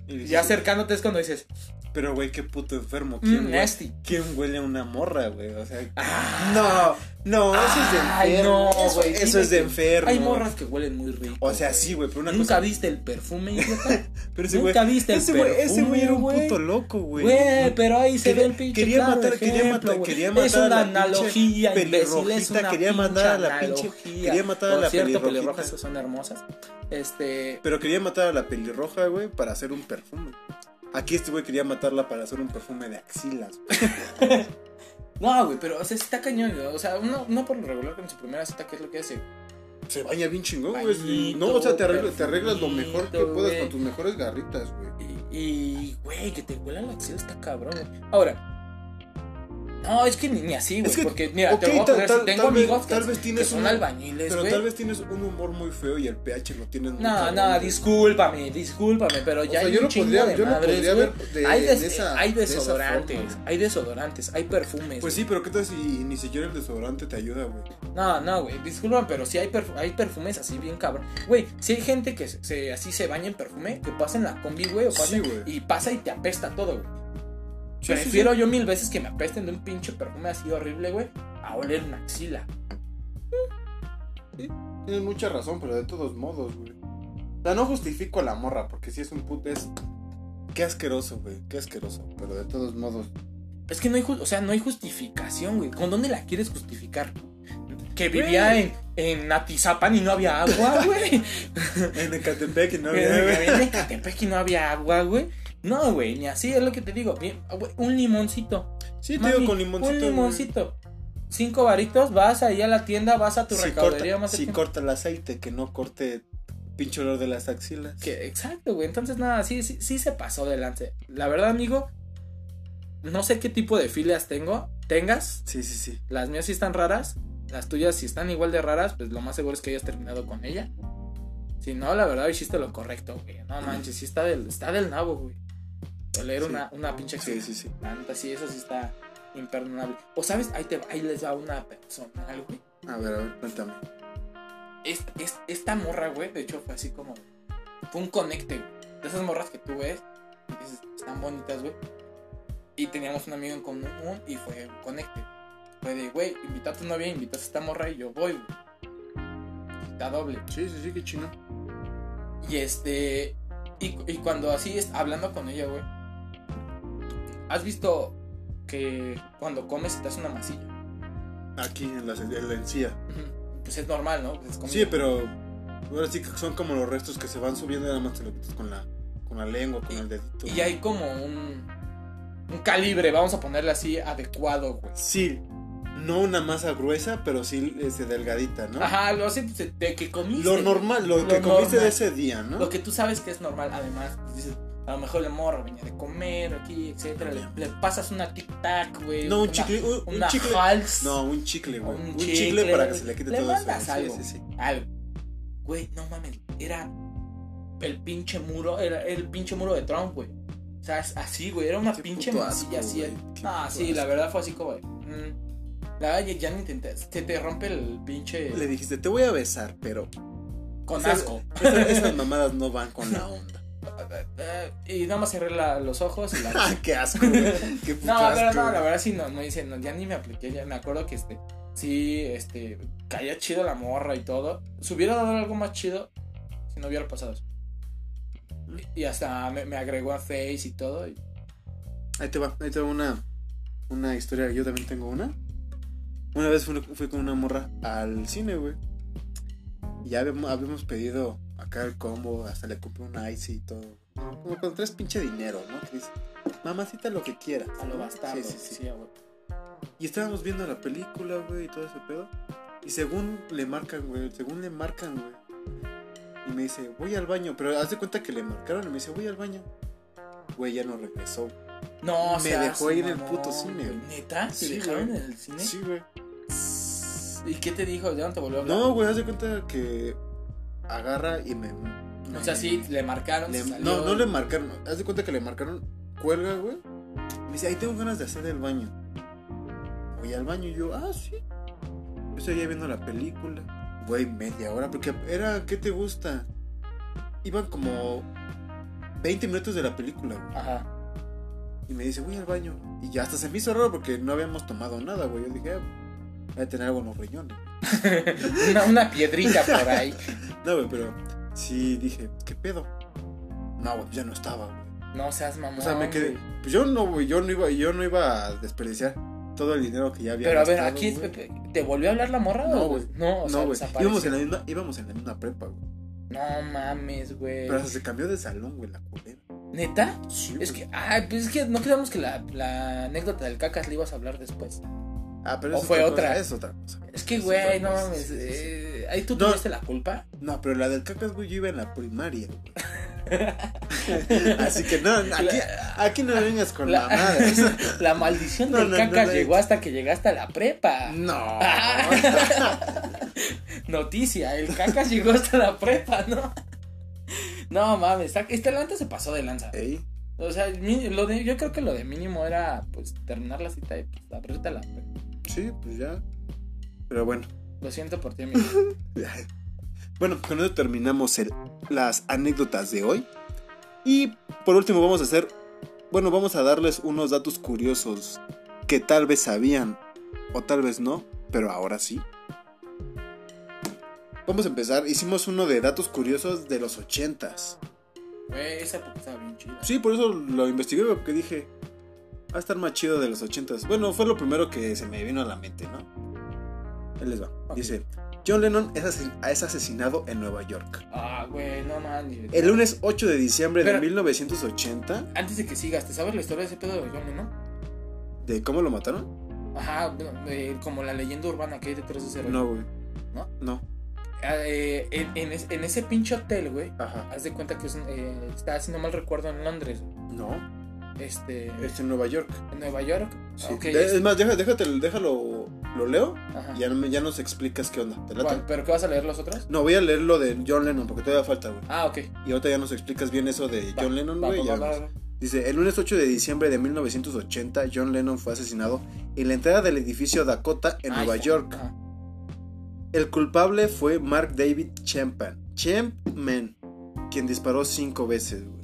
[SPEAKER 1] y le
[SPEAKER 2] Y ya
[SPEAKER 1] dices,
[SPEAKER 2] acercándote es cuando dices,
[SPEAKER 1] Pero, güey, qué puto enfermo. ¿Quién,
[SPEAKER 2] mmm,
[SPEAKER 1] güey?
[SPEAKER 2] nasty.
[SPEAKER 1] ¿Quién huele a una morra, güey? O sea,
[SPEAKER 2] Ah,
[SPEAKER 1] no, no,
[SPEAKER 2] Ay,
[SPEAKER 1] eso es de enfermo.
[SPEAKER 2] no,
[SPEAKER 1] eso
[SPEAKER 2] güey,
[SPEAKER 1] eso es de
[SPEAKER 2] dime que
[SPEAKER 1] enfermo.
[SPEAKER 2] Hay morras que huelen muy rico.
[SPEAKER 1] O sea, sí, güey, pero una
[SPEAKER 2] Nunca
[SPEAKER 1] cosa.
[SPEAKER 2] viste el perfume, idiota.
[SPEAKER 1] Pero ese güey.
[SPEAKER 2] Nunca viste el
[SPEAKER 1] Ese güey,
[SPEAKER 2] perfume.
[SPEAKER 1] ese güey era un
[SPEAKER 2] güey.
[SPEAKER 1] puto loco, güey.
[SPEAKER 2] Güey, pero ahí se
[SPEAKER 1] Quería-
[SPEAKER 2] ve el pinche
[SPEAKER 1] quería
[SPEAKER 2] claro
[SPEAKER 1] matar- quería
[SPEAKER 2] ejemplo,
[SPEAKER 1] matar-
[SPEAKER 2] güey.
[SPEAKER 1] quería matar
[SPEAKER 2] Es
[SPEAKER 1] a
[SPEAKER 2] una
[SPEAKER 1] la pinche
[SPEAKER 2] analogía, imbécil. Es
[SPEAKER 1] pelirrojita,
[SPEAKER 2] una
[SPEAKER 1] quería matar a la
[SPEAKER 2] pinche
[SPEAKER 1] pinche-
[SPEAKER 2] analogía.
[SPEAKER 1] Quería matar a
[SPEAKER 2] Por
[SPEAKER 1] la
[SPEAKER 2] cierto, pelirrojas
[SPEAKER 1] pelirrojita.
[SPEAKER 2] son hermosas. Este,
[SPEAKER 1] Pero quería matar a la pelirroja, güey, para hacer un perfume. Aquí este güey quería matarla para hacer un perfume de axilas. güey.
[SPEAKER 2] No, güey, pero o sea, está cañón. ¿no? O sea, uno, uno por lo regular con su primera cita, ¿qué es lo que hace?
[SPEAKER 1] Se baña bien chingón, güey.
[SPEAKER 2] Bañito,
[SPEAKER 1] No, o sea, te arreglas, te arreglas lo
[SPEAKER 2] perfumito,
[SPEAKER 1] mejor que puedas
[SPEAKER 2] güey.
[SPEAKER 1] con tus mejores garritas, güey.
[SPEAKER 2] Y- Y, güey, que te huela la axila está cabrón. güey. Ahora, no, es que ni, ni así, güey.
[SPEAKER 1] Es que,
[SPEAKER 2] porque, mira,
[SPEAKER 1] ok,
[SPEAKER 2] te voy a
[SPEAKER 1] tal-
[SPEAKER 2] poner,
[SPEAKER 1] tal-
[SPEAKER 2] tengo
[SPEAKER 1] tal vez-
[SPEAKER 2] amigos que,
[SPEAKER 1] tal vez
[SPEAKER 2] que
[SPEAKER 1] tienes
[SPEAKER 2] son
[SPEAKER 1] una-
[SPEAKER 2] albañiles,
[SPEAKER 1] Pero
[SPEAKER 2] güey.
[SPEAKER 1] tal vez tienes un humor muy feo y el pH lo tienes muy
[SPEAKER 2] No,
[SPEAKER 1] cabrón,
[SPEAKER 2] no,
[SPEAKER 1] güey.
[SPEAKER 2] discúlpame, discúlpame, pero
[SPEAKER 1] O
[SPEAKER 2] ya
[SPEAKER 1] sea,
[SPEAKER 2] hay
[SPEAKER 1] yo
[SPEAKER 2] un
[SPEAKER 1] lo
[SPEAKER 2] chingo
[SPEAKER 1] podría,
[SPEAKER 2] de
[SPEAKER 1] yo lo
[SPEAKER 2] madres,
[SPEAKER 1] podría
[SPEAKER 2] güey.
[SPEAKER 1] ver de,
[SPEAKER 2] hay, des-
[SPEAKER 1] de esa-
[SPEAKER 2] hay
[SPEAKER 1] de esa
[SPEAKER 2] desodorantes,
[SPEAKER 1] forma, güey.
[SPEAKER 2] hay desodorantes, hay perfumes.
[SPEAKER 1] Pues
[SPEAKER 2] güey.
[SPEAKER 1] sí, pero ¿qué tal si ni siquiera el desodorante te ayuda, güey?
[SPEAKER 2] No, no, güey, discúlpame, pero sí hay, perfu- hay perfumes así bien cabrón. Güey, si hay gente que se, se- así se baña en perfume, que pasa en la combi, güey, o
[SPEAKER 1] Sí,
[SPEAKER 2] pasa,
[SPEAKER 1] güey.
[SPEAKER 2] y pasa y te apesta todo, güey.
[SPEAKER 1] Sí,
[SPEAKER 2] Prefiero
[SPEAKER 1] sí,
[SPEAKER 2] yo mil veces que me apesten de un pinche perfume así horrible, güey, a oler una axila.
[SPEAKER 1] sí. Tienes mucha razón, pero de todos modos, güey. O sea, no justifico a la morra, porque si es un puto es... Qué asqueroso, güey, qué asqueroso. Pero de todos modos...
[SPEAKER 2] Es que no hay, ju- o sea, no hay justificación, güey. ¿Con dónde la quieres justificar? que vivía en, en Atizapan y no había agua, güey.
[SPEAKER 1] En Ecatepec y no
[SPEAKER 2] Que
[SPEAKER 1] había, güey.
[SPEAKER 2] En Ecatepec y no había agua, güey. No, güey, ni así, es lo que te digo. Bien, ah, güey, Un limoncito.
[SPEAKER 1] Sí, te
[SPEAKER 2] Mami,
[SPEAKER 1] digo con limoncito.
[SPEAKER 2] Un
[SPEAKER 1] güey.
[SPEAKER 2] limoncito. Cinco varitos, vas ahí a la tienda, vas a tu
[SPEAKER 1] Si
[SPEAKER 2] recaudería
[SPEAKER 1] corta,
[SPEAKER 2] más
[SPEAKER 1] si
[SPEAKER 2] cercana.
[SPEAKER 1] corta el aceite, que no corte pinche olor de las axilas.
[SPEAKER 2] Que- exacto, güey. Entonces, nada, sí, sí, sí se pasó de lance. La verdad, amigo, no sé qué tipo de filias tengo, tengas.
[SPEAKER 1] Sí, sí, sí.
[SPEAKER 2] Las mías sí están raras. Las tuyas, si están igual de raras, pues lo más seguro es que hayas terminado con ella. Si no, la verdad, hiciste lo correcto, güey. No manches, sí está del, está del nabo, güey. Leer
[SPEAKER 1] Sí.
[SPEAKER 2] una, una pinche
[SPEAKER 1] Sí, sí, sí.
[SPEAKER 2] La neta, sí, eso sí está imperdonable. O sabes, ahí, te, va- ahí les va una personal, güey.
[SPEAKER 1] A ver, a ver, cuéntame.
[SPEAKER 2] Es- es- esta morra, güey, de hecho fue así como. Fue un conecte, güey. De esas morras que tú ves, y dices, están bonitas, güey. Y teníamos un amigo en común y fue un conecte. Fue de, güey, invita a tu novia, invita a esta morra y yo voy, güey. Está doble.
[SPEAKER 1] Sí, sí, sí, qué chino.
[SPEAKER 2] Y este. Y, cu- y cuando así es, hablando con ella, güey. ¿Has visto que cuando comes te das una masilla?
[SPEAKER 1] Aquí en la, en la encía.
[SPEAKER 2] Ujú. Pues es normal, ¿no? Pues es comida.
[SPEAKER 1] Sí, pero ahora sí que son como los restos que se van subiendo y nada más te lo quitas con la, con la lengua, con el dedito.
[SPEAKER 2] Y hay como un, un calibre, vamos a ponerle así, adecuado, güey.
[SPEAKER 1] Sí, no una masa gruesa, pero sí este, delgadita, ¿no?
[SPEAKER 2] Ajá, lo así, pues, de que comiste.
[SPEAKER 1] Lo normal, lo,
[SPEAKER 2] Lo
[SPEAKER 1] que comiste
[SPEAKER 2] normal.
[SPEAKER 1] de ese día, ¿no?
[SPEAKER 2] Lo que tú sabes que es normal, además. pues, dices, a lo mejor la morra venía de comer aquí, etcétera. Le, le pasas una tic-tac, güey.
[SPEAKER 1] no, un
[SPEAKER 2] una-
[SPEAKER 1] chicle, un, un
[SPEAKER 2] Una
[SPEAKER 1] chicle.
[SPEAKER 2] Hals.
[SPEAKER 1] No, un chicle, güey.
[SPEAKER 2] Un
[SPEAKER 1] Un,
[SPEAKER 2] chicle,
[SPEAKER 1] chicle, para que se le quite
[SPEAKER 2] le
[SPEAKER 1] todo eso.
[SPEAKER 2] mandas
[SPEAKER 1] Sí,
[SPEAKER 2] algo.
[SPEAKER 1] sí, sí.
[SPEAKER 2] Algo. Güey, no mames. Era el pinche muro, era el pinche muro de Trump, güey. O sea, es así, güey. Era una
[SPEAKER 1] Qué
[SPEAKER 2] pinche
[SPEAKER 1] puto asco,
[SPEAKER 2] masilla así.
[SPEAKER 1] güey, qué
[SPEAKER 2] Ah,
[SPEAKER 1] puto
[SPEAKER 2] sí, la
[SPEAKER 1] asco.
[SPEAKER 2] verdad fue así como. de, mm. La verdad, ya, ya no intenté. Se te rompe el pinche.
[SPEAKER 1] Le dijiste, te voy a besar, pero
[SPEAKER 2] con
[SPEAKER 1] Esa-
[SPEAKER 2] asco.
[SPEAKER 1] esa- esas mamadas no van con la onda.
[SPEAKER 2] Eh, y nada más cerré la- los ojos y la.
[SPEAKER 1] Ah, qué asco, güey. Qué puto
[SPEAKER 2] No, pero
[SPEAKER 1] asco,
[SPEAKER 2] no, la
[SPEAKER 1] güey.
[SPEAKER 2] verdad sí, no, no hice, no, ya ni me apliqué, ya me acuerdo que este, sí, este, caía chido la morra y todo. Se hubiera dado algo más chido si no hubiera pasado eso. Y hasta me, me agregó a Face y todo. y-
[SPEAKER 1] Ahí te va, ahí te va una, una historia. Yo también tengo una. Una vez fui, fui con una morra al cine, güey. Ya habíamos, habíamos pedido acá el combo, hasta le compré un ice y todo. Como con tres pinche dinero, ¿no? Que dice, mamacita lo que quieras.
[SPEAKER 2] a lo
[SPEAKER 1] ¿no?
[SPEAKER 2] bastardo.
[SPEAKER 1] Sí, sí, sí.
[SPEAKER 2] sí, a huevo.
[SPEAKER 1] Y estábamos viendo la película, güey, y todo ese pedo. Y según le marcan, güey, según le marcan, güey. Y me dice, voy al baño. Pero haz de cuenta que le marcaron y me dice, voy al baño. Güey, ya no regresó.
[SPEAKER 2] No,
[SPEAKER 1] Me
[SPEAKER 2] o sea,
[SPEAKER 1] dejó
[SPEAKER 2] sí,
[SPEAKER 1] ir el
[SPEAKER 2] mamón,
[SPEAKER 1] puto cine,
[SPEAKER 2] güey.
[SPEAKER 1] güey.
[SPEAKER 2] ¿Neta? ¿Te
[SPEAKER 1] Sí,
[SPEAKER 2] dejaron
[SPEAKER 1] güey.
[SPEAKER 2] en el cine?
[SPEAKER 1] Sí, güey.
[SPEAKER 2] ¿Y qué te dijo? ¿Ya no te volvió a hablar?
[SPEAKER 1] No, güey, haz de cuenta que agarra y me.
[SPEAKER 2] O sea, sí, le marcaron.
[SPEAKER 1] le-
[SPEAKER 2] se salió.
[SPEAKER 1] no, no le marcaron. Haz de cuenta que le marcaron. Cuelga, güey. Me dice, ahí tengo ganas de hacer el baño. Voy al baño y yo, ah, sí. Yo seguía viendo la película. Güey, media hora, porque era, ¿qué te gusta? Iban como 20 minutos de la película, güey.
[SPEAKER 2] Ajá.
[SPEAKER 1] Y me dice, voy al baño. Y ya hasta se me hizo raro porque no habíamos tomado nada, güey. Yo dije, ah, voy a tener algo en los riñones.
[SPEAKER 2] una, una piedrita por ahí.
[SPEAKER 1] No, güey, pero sí dije, ¿qué pedo? No, güey, ya no estaba, güey.
[SPEAKER 2] No seas mamón.
[SPEAKER 1] O sea, me quedé.
[SPEAKER 2] güey.
[SPEAKER 1] Pues yo no, güey, yo no iba, yo no iba a desperdiciar todo el dinero que ya había.
[SPEAKER 2] Pero a ver,
[SPEAKER 1] gastado,
[SPEAKER 2] aquí
[SPEAKER 1] güey.
[SPEAKER 2] ¿te volvió a hablar la morra?
[SPEAKER 1] No,
[SPEAKER 2] o-
[SPEAKER 1] güey.
[SPEAKER 2] No, o sea,
[SPEAKER 1] No, güey.
[SPEAKER 2] desapareció.
[SPEAKER 1] Íbamos en la misma, íbamos en la misma prepa, güey.
[SPEAKER 2] No mames, güey.
[SPEAKER 1] Pero hasta se cambió de salón, güey, la culera.
[SPEAKER 2] ¿Neta?
[SPEAKER 1] Sí,
[SPEAKER 2] Es
[SPEAKER 1] güey.
[SPEAKER 2] que, ay, pues es que no creamos que la, la anécdota del cacas le ibas a hablar después.
[SPEAKER 1] Ah, pero
[SPEAKER 2] o
[SPEAKER 1] es
[SPEAKER 2] fue
[SPEAKER 1] otra
[SPEAKER 2] otra.
[SPEAKER 1] cosa, es otra cosa.
[SPEAKER 2] Es que,
[SPEAKER 1] Es
[SPEAKER 2] güey,
[SPEAKER 1] otra
[SPEAKER 2] no
[SPEAKER 1] cosa,
[SPEAKER 2] mames.
[SPEAKER 1] sí, sí, sí.
[SPEAKER 2] eh, ahí tú
[SPEAKER 1] No.
[SPEAKER 2] tuviste la culpa.
[SPEAKER 1] No, pero la del cacas, güey, yo iba en la primaria, güey. Así que no, aquí, aquí no vengas con la,
[SPEAKER 2] La-
[SPEAKER 1] madre.
[SPEAKER 2] La maldición
[SPEAKER 1] No,
[SPEAKER 2] del
[SPEAKER 1] no, no,
[SPEAKER 2] cacas
[SPEAKER 1] no,
[SPEAKER 2] llegó hasta que llegaste a la prepa.
[SPEAKER 1] No.
[SPEAKER 2] Noticia, el cacas llegó hasta la prepa, ¿no? No mames, este lanta se pasó de lanza.
[SPEAKER 1] Ey,
[SPEAKER 2] O sea, mi- lo de- yo creo que lo de mínimo era pues terminar la cita y pues, abrirte la.
[SPEAKER 1] sí, pues ya. Pero bueno.
[SPEAKER 2] Lo siento por ti, amigo.
[SPEAKER 1] Bueno, con eso terminamos el- las anécdotas de hoy. Y por último vamos a hacer, bueno, vamos a darles unos datos curiosos que tal vez sabían o tal vez no, pero ahora sí. Vamos a empezar, hicimos uno de datos curiosos de los ochentas.
[SPEAKER 2] Güey, esa época estaba bien chida.
[SPEAKER 1] Sí, por eso lo investigué porque dije, va a estar más chido de los ochentas. Bueno, fue lo primero que se me vino a la mente, ¿no? Él les va.
[SPEAKER 2] Ok.
[SPEAKER 1] Dice, John Lennon es, ases- es asesinado en Nueva York.
[SPEAKER 2] Ah, güey, no manches.
[SPEAKER 1] El lunes 8 de diciembre de
[SPEAKER 2] Pero-
[SPEAKER 1] 1980,
[SPEAKER 2] Antes de que sigas, ¿te sabes la historia de ese pedo de John Lennon?
[SPEAKER 1] ¿de cómo lo mataron?
[SPEAKER 2] Ajá, bueno, eh, como la leyenda urbana que hay detrás de ese rollo.
[SPEAKER 1] No, güey.
[SPEAKER 2] ¿No?
[SPEAKER 1] No.
[SPEAKER 2] Ah, eh, en, en es- en ese pinche hotel, güey,
[SPEAKER 1] Ajá.
[SPEAKER 2] haz de cuenta que es un- eh, está, si no mal recuerdo, en Londres.
[SPEAKER 1] No.
[SPEAKER 2] Este,
[SPEAKER 1] Es en Nueva York.
[SPEAKER 2] en Nueva York.
[SPEAKER 1] Sí.
[SPEAKER 2] Ok,
[SPEAKER 1] De-
[SPEAKER 2] es-
[SPEAKER 1] es más, deja- déjate, déjalo, lo leo
[SPEAKER 2] ajá.
[SPEAKER 1] y ya, me- ya nos explicas qué onda. ¿Te late?
[SPEAKER 2] ¿Cuál? ¿Pero qué vas a leer los otros?
[SPEAKER 1] No, voy a leer lo de John Lennon porque todavía falta, güey.
[SPEAKER 2] Ah, ok.
[SPEAKER 1] Y ahorita ya nos explicas bien eso de
[SPEAKER 2] Va,
[SPEAKER 1] John Lennon,
[SPEAKER 2] va,
[SPEAKER 1] güey.
[SPEAKER 2] va,
[SPEAKER 1] ya
[SPEAKER 2] va,
[SPEAKER 1] vemos.
[SPEAKER 2] va.
[SPEAKER 1] Dice, el lunes 8 de diciembre de 1980, John Lennon fue asesinado en la entrada del edificio Dakota en
[SPEAKER 2] Ah,
[SPEAKER 1] Nueva
[SPEAKER 2] ya.
[SPEAKER 1] York.
[SPEAKER 2] Ajá.
[SPEAKER 1] El culpable fue Mark David Chempan, Champman, quien disparó cinco veces, güey.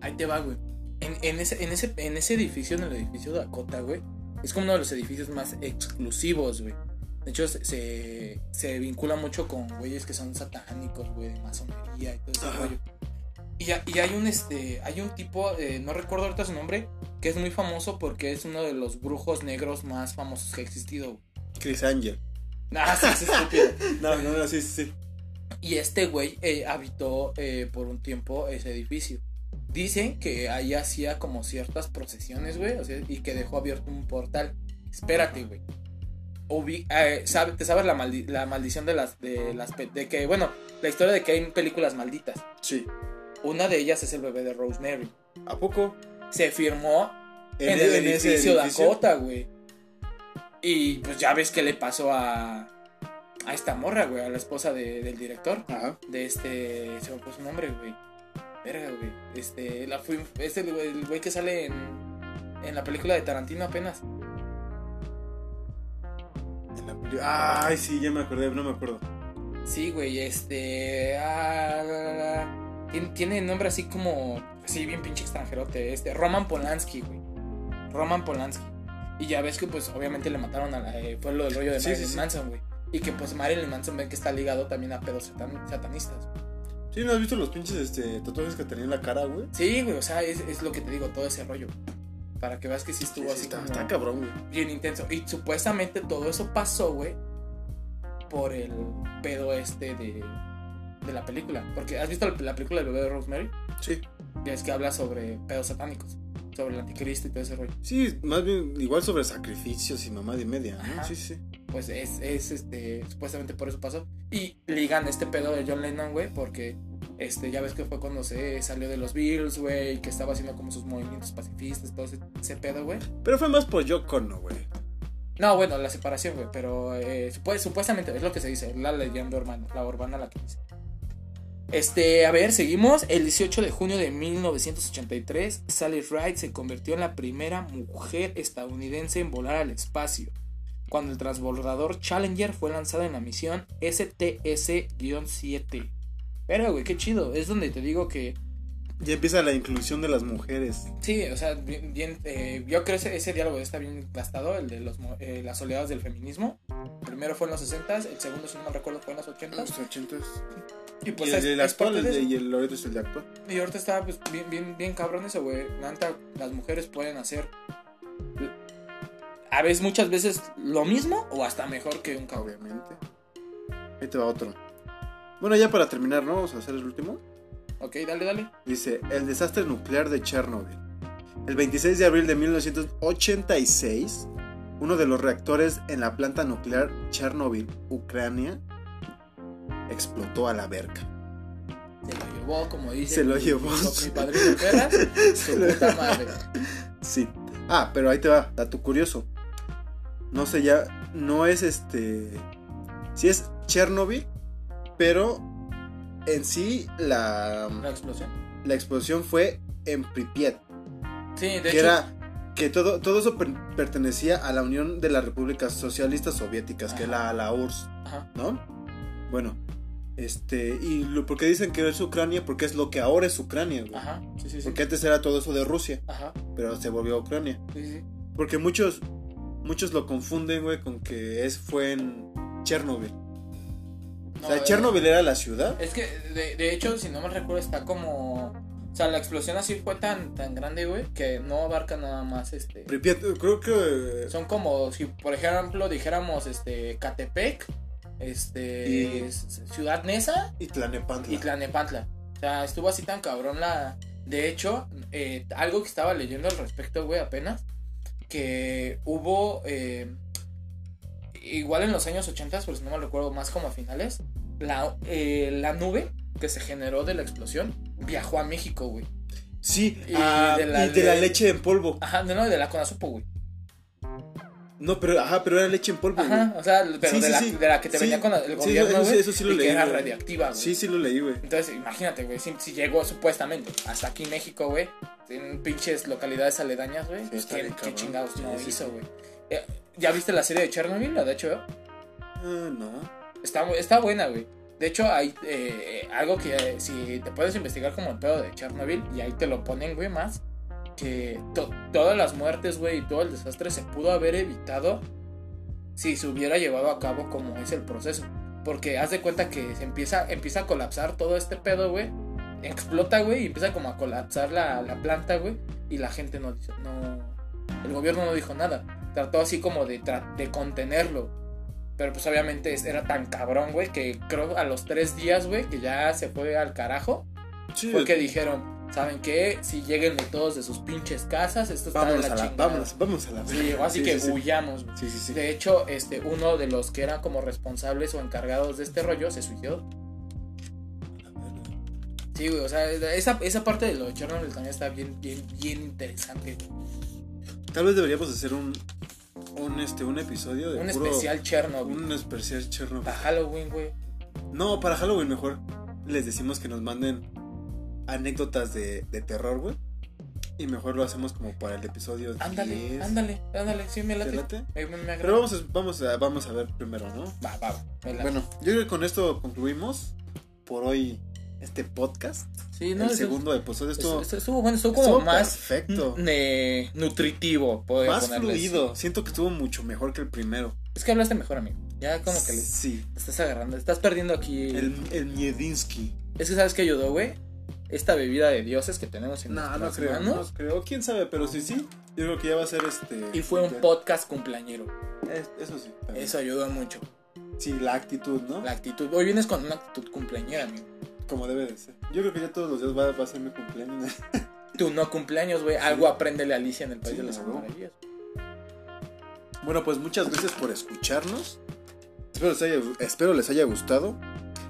[SPEAKER 2] Ahí te va, güey. En, en ese, en, ese, en ese edificio, en el edificio Dakota, güey, es como uno de los edificios más exclusivos, güey. De hecho, se- se, se vincula mucho con güeyes que son satánicos, güey, de masonería y todo ese
[SPEAKER 1] Ajá.
[SPEAKER 2] rollo. Y, ha- y hay un este hay un tipo, eh, no recuerdo ahorita su nombre, que es muy famoso porque es uno de los brujos negros más famosos que ha existido. güey.
[SPEAKER 1] Chris Angel.
[SPEAKER 2] Nah, sí, es estúpido.
[SPEAKER 1] No, no, no, sí, sí, sí.
[SPEAKER 2] Y este güey eh, habitó eh, por un tiempo ese edificio. Dicen que ahí hacía como ciertas procesiones, güey, o sea, y que dejó abierto un portal. Espérate, güey. Ubi- eh, sabe- ¿Te sabes la, maldi- la maldición de las, de las... pe- De que, bueno, la historia de que hay películas malditas.
[SPEAKER 1] Sí.
[SPEAKER 2] Una de ellas es el bebé de Rosemary.
[SPEAKER 1] ¿A poco?
[SPEAKER 2] Se firmó en, el,
[SPEAKER 1] ese
[SPEAKER 2] edificio,
[SPEAKER 1] edificio?
[SPEAKER 2] Dakota, güey. Y pues ya ves qué le pasó a... A esta morra, güey, a la esposa de- del director
[SPEAKER 1] Ajá.
[SPEAKER 2] de este. Se me fue su nombre, güey. Verga, güey. Este, la fui, este, el güey- el güey que sale en, en la película de Tarantino apenas.
[SPEAKER 1] En la peli- Ay, sí, ya me acordé, no me acuerdo.
[SPEAKER 2] Sí, güey, este. ah, tiene, tiene nombre así como. Así bien pinche extranjerote. Este, Roman Polanski, güey. Roman Polanski. Y ya ves que, pues, obviamente le mataron a la. eh, fue lo del rollo de
[SPEAKER 1] Sí, sí,
[SPEAKER 2] Marilyn
[SPEAKER 1] sí.
[SPEAKER 2] Manson, güey. Y que, pues, Marilyn Manson ven que está ligado también a pedos satan- satanistas.
[SPEAKER 1] Sí, ¿no has visto los pinches este, tatuajes que tenía en la cara, güey?
[SPEAKER 2] Sí, güey, o sea, es, es lo que te digo, todo ese rollo. Para que veas que sí estuvo
[SPEAKER 1] Sí, sí,
[SPEAKER 2] así
[SPEAKER 1] está,
[SPEAKER 2] como
[SPEAKER 1] está cabrón, güey.
[SPEAKER 2] bien intenso. Y supuestamente todo eso pasó, güey, por el pedo este de, de la película. Porque, ¿has visto la película del bebé de Rosemary?
[SPEAKER 1] Sí.
[SPEAKER 2] Ya es que habla sobre pedos satánicos, sobre el anticristo y todo ese rollo.
[SPEAKER 1] Sí, más bien igual sobre sacrificios y mamá de media, ¿no?
[SPEAKER 2] Ajá.
[SPEAKER 1] Sí, sí.
[SPEAKER 2] Pues es, es este, supuestamente por eso pasó. Y ligan este pedo de John Lennon, güey, porque este, ya ves que fue cuando se salió de los Beatles, güey, que estaba haciendo como sus movimientos pacifistas, todo ese, ese pedo, güey.
[SPEAKER 1] Pero fue más por Yoko Ono, güey.
[SPEAKER 2] No, bueno, la separación, güey, pero eh, supue- supuestamente es lo que se dice, la leyenda urbana, la urbana la que dice. Este, a ver, seguimos. El 18 de junio de 1983, Sally Ride se convirtió en la primera mujer estadounidense en volar al espacio, cuando el transbordador Challenger fue lanzado en la misión STS-7. Pero, güey, qué chido. Es donde te digo que
[SPEAKER 1] Ya empieza la inclusión de las mujeres.
[SPEAKER 2] Sí, o sea, bien, bien, eh, yo creo que ese, ese diálogo está bien gastado, el de los, mo- eh, las oleadas del feminismo. El primero fue en los 60 el segundo, si no me recuerdo, fue en los 80
[SPEAKER 1] Los 80
[SPEAKER 2] Y pues
[SPEAKER 1] y el,
[SPEAKER 2] es,
[SPEAKER 1] del
[SPEAKER 2] es
[SPEAKER 1] actual,
[SPEAKER 2] parte
[SPEAKER 1] el de-
[SPEAKER 2] de eso.
[SPEAKER 1] y el ahorita es el de actual.
[SPEAKER 2] Y ahorita está pues, bien, bien, bien cabrón eso, güey. La neta, las mujeres pueden hacer a veces, muchas veces lo mismo o hasta mejor que un cabrón.
[SPEAKER 1] Obviamente. Ahí te va otro. Bueno, ya para terminar, ¿no? Vamos a hacer el último.
[SPEAKER 2] Ok, dale, dale.
[SPEAKER 1] Dice, el desastre nuclear de Chernobyl. El 26 de abril de 1986, uno de los reactores en la planta nuclear Chernobyl, Ucrania, explotó a la verga.
[SPEAKER 2] Se lo llevó, como dice.
[SPEAKER 1] Se lo
[SPEAKER 2] mi-
[SPEAKER 1] llevó.
[SPEAKER 2] Mi padre de perra, su puta madre.
[SPEAKER 1] Sí. Ah, pero ahí te va, dato curioso. No sé ya, no es este... Sí es Chernobyl, pero en sí
[SPEAKER 2] Una
[SPEAKER 1] la,
[SPEAKER 2] explosión.
[SPEAKER 1] la explosión fue en Pripyat.
[SPEAKER 2] Sí, de
[SPEAKER 1] que
[SPEAKER 2] hecho.
[SPEAKER 1] era que todo, todo eso per- pertenecía a la Unión de las Repúblicas Socialistas Soviéticas, que
[SPEAKER 2] Ajá.
[SPEAKER 1] era la URSS,
[SPEAKER 2] Ajá.
[SPEAKER 1] ¿no? Bueno, este, y lo, porque dicen que es Ucrania, porque es lo que ahora es Ucrania, güey.
[SPEAKER 2] Ajá. Sí, sí, sí.
[SPEAKER 1] Porque antes era todo eso de Rusia,
[SPEAKER 2] Ajá.
[SPEAKER 1] pero se volvió Ucrania.
[SPEAKER 2] Sí, sí.
[SPEAKER 1] Porque muchos, muchos lo confunden, güey, con que es, fue en Chernobyl.
[SPEAKER 2] No,
[SPEAKER 1] o sea,
[SPEAKER 2] eh,
[SPEAKER 1] Chernobyl era la ciudad.
[SPEAKER 2] Es que, de, de hecho, si no me recuerdo, está como O sea, la explosión así fue tan, tan grande, güey, que no abarca nada más este.
[SPEAKER 1] Pripyat, eh, creo que.
[SPEAKER 2] Son como si, por ejemplo, dijéramos este Catepec, este
[SPEAKER 1] Y-
[SPEAKER 2] es- Ciudad Neza
[SPEAKER 1] Y Tlanepantla.
[SPEAKER 2] y Tlanepantla. O sea, estuvo así tan cabrón la. De hecho, eh, algo que estaba leyendo al respecto, güey, apenas, que hubo. eh, igual en los años 80, pues no me recuerdo más como a finales, la, eh, la nube que se generó de la explosión viajó a México, güey.
[SPEAKER 1] Sí,
[SPEAKER 2] Y
[SPEAKER 1] ah,
[SPEAKER 2] de la
[SPEAKER 1] y de la
[SPEAKER 2] le-
[SPEAKER 1] leche en polvo.
[SPEAKER 2] Ajá, no, no, de la Conasupo, güey.
[SPEAKER 1] No, pero, ajá, pero era leche en polvo.
[SPEAKER 2] Ajá, o sea, pero
[SPEAKER 1] Sí,
[SPEAKER 2] de,
[SPEAKER 1] sí,
[SPEAKER 2] la,
[SPEAKER 1] sí.
[SPEAKER 2] de la que te
[SPEAKER 1] Sí,
[SPEAKER 2] venía con la-
[SPEAKER 1] sí,
[SPEAKER 2] el gobierno,
[SPEAKER 1] eso sí-
[SPEAKER 2] güey,
[SPEAKER 1] eso sí lo
[SPEAKER 2] y
[SPEAKER 1] leí,
[SPEAKER 2] que era
[SPEAKER 1] güey.
[SPEAKER 2] radiactiva,
[SPEAKER 1] güey.
[SPEAKER 2] güey.
[SPEAKER 1] Sí, sí lo leí, güey.
[SPEAKER 2] Entonces, imagínate, güey, si, si llegó supuestamente hasta aquí México, güey, en pinches localidades aledañas, güey, pues,
[SPEAKER 1] está
[SPEAKER 2] ¿qué,
[SPEAKER 1] bien
[SPEAKER 2] qué
[SPEAKER 1] cabrón.
[SPEAKER 2] chingados no
[SPEAKER 1] Sí, sí,
[SPEAKER 2] hizo,
[SPEAKER 1] sí.
[SPEAKER 2] güey? Eh, ¿Ya viste la serie de Chernobyl, la de hecho,
[SPEAKER 1] Ah, no.
[SPEAKER 2] Está, bu- está buena, güey. De hecho, hay eh, eh, algo que eh, si te puedes investigar como el pedo de Chernobyl, y ahí te lo ponen, güey, más, que to- todas las muertes, güey, y todo el desastre se pudo haber evitado si se hubiera llevado a cabo como es el proceso. Porque haz de cuenta que se empieza, empieza a colapsar todo este pedo, güey. Explota, güey, y empieza como a colapsar la, la planta, güey. Y la gente no dice, no. El gobierno no dijo nada. Trató así como de, tra- de contenerlo. Pero pues obviamente es- era tan cabrón, güey, que creo a los tres días, güey, que ya se fue al carajo.
[SPEAKER 1] Sí,
[SPEAKER 2] Porque dijeron, ¿saben qué? Si lleguen de todos de sus pinches casas, esto está de
[SPEAKER 1] vámonos,
[SPEAKER 2] la
[SPEAKER 1] a la,
[SPEAKER 2] chingada.
[SPEAKER 1] vámonos, vámonos a la.
[SPEAKER 2] Sí, o así
[SPEAKER 1] Sí,
[SPEAKER 2] que
[SPEAKER 1] sí, sí.
[SPEAKER 2] huyamos, güey.
[SPEAKER 1] Sí, sí, sí.
[SPEAKER 2] De hecho, este, uno de los que eran como responsables o encargados de este rollo se suicidó. Sí, güey, o sea, esa, esa parte de lo de Chernobyl también está bien, bien, bien interesante. güey.
[SPEAKER 1] Tal vez deberíamos hacer un, un, este, un episodio de
[SPEAKER 2] Un
[SPEAKER 1] puro-
[SPEAKER 2] especial Chernobyl. Ah.
[SPEAKER 1] Un especial Chernobyl.
[SPEAKER 2] Para Halloween, güey.
[SPEAKER 1] No, para Halloween mejor les decimos que nos manden anécdotas de, de terror, güey. Y mejor lo hacemos como para el episodio
[SPEAKER 2] Ándale,
[SPEAKER 1] 10.
[SPEAKER 2] ándale, ándale, sí, me
[SPEAKER 1] ¿Te
[SPEAKER 2] late. Eh,
[SPEAKER 1] late?
[SPEAKER 2] Me, me- me agrada.
[SPEAKER 1] Pero vamos a, vamos, a, vamos a ver primero, ¿no?
[SPEAKER 2] Va, va, va, me late.
[SPEAKER 1] Bueno, yo creo que con esto concluimos por hoy este podcast.
[SPEAKER 2] sí, no,
[SPEAKER 1] el
[SPEAKER 2] eso-
[SPEAKER 1] segundo episodio
[SPEAKER 2] eso-
[SPEAKER 1] estuvo,
[SPEAKER 2] eso estuvo bueno, estuvo como
[SPEAKER 1] estuvo
[SPEAKER 2] más
[SPEAKER 1] perfecto.
[SPEAKER 2] eh, nutritivo, podría
[SPEAKER 1] Más
[SPEAKER 2] ponerle así.
[SPEAKER 1] fluido. Siento que estuvo mucho mejor que el primero.
[SPEAKER 2] Es que hablaste mejor, amigo. Ya como que le
[SPEAKER 1] Sí.
[SPEAKER 2] estás agarrando, estás perdiendo aquí.
[SPEAKER 1] El, el Miedinsky.
[SPEAKER 2] Es que sabes que ayudó, güey. Esta bebida de dioses que tenemos en
[SPEAKER 1] No, no
[SPEAKER 2] nuestras
[SPEAKER 1] creo.
[SPEAKER 2] manos.
[SPEAKER 1] No creo. ¿Quién sabe? Pero sí, sí. Yo creo que ya va a ser este.
[SPEAKER 2] Y fue un
[SPEAKER 1] ya-
[SPEAKER 2] podcast cumpleañero.
[SPEAKER 1] Es- Eso sí. también.
[SPEAKER 2] Eso ayudó mucho.
[SPEAKER 1] Sí, la actitud, ¿no?
[SPEAKER 2] La actitud. Hoy vienes con una actitud cumpleañera, amigo.
[SPEAKER 1] Como debe de ser. Yo creo que ya todos los días va, va a ser mi cumpleaños.
[SPEAKER 2] Tú no cumpleaños, güey. Algo apréndele a Alicia en el País
[SPEAKER 1] Sí,
[SPEAKER 2] de las
[SPEAKER 1] seguro.
[SPEAKER 2] Maravillas.
[SPEAKER 1] bueno, pues muchas gracias por escucharnos. Espero les, haya, espero les haya gustado.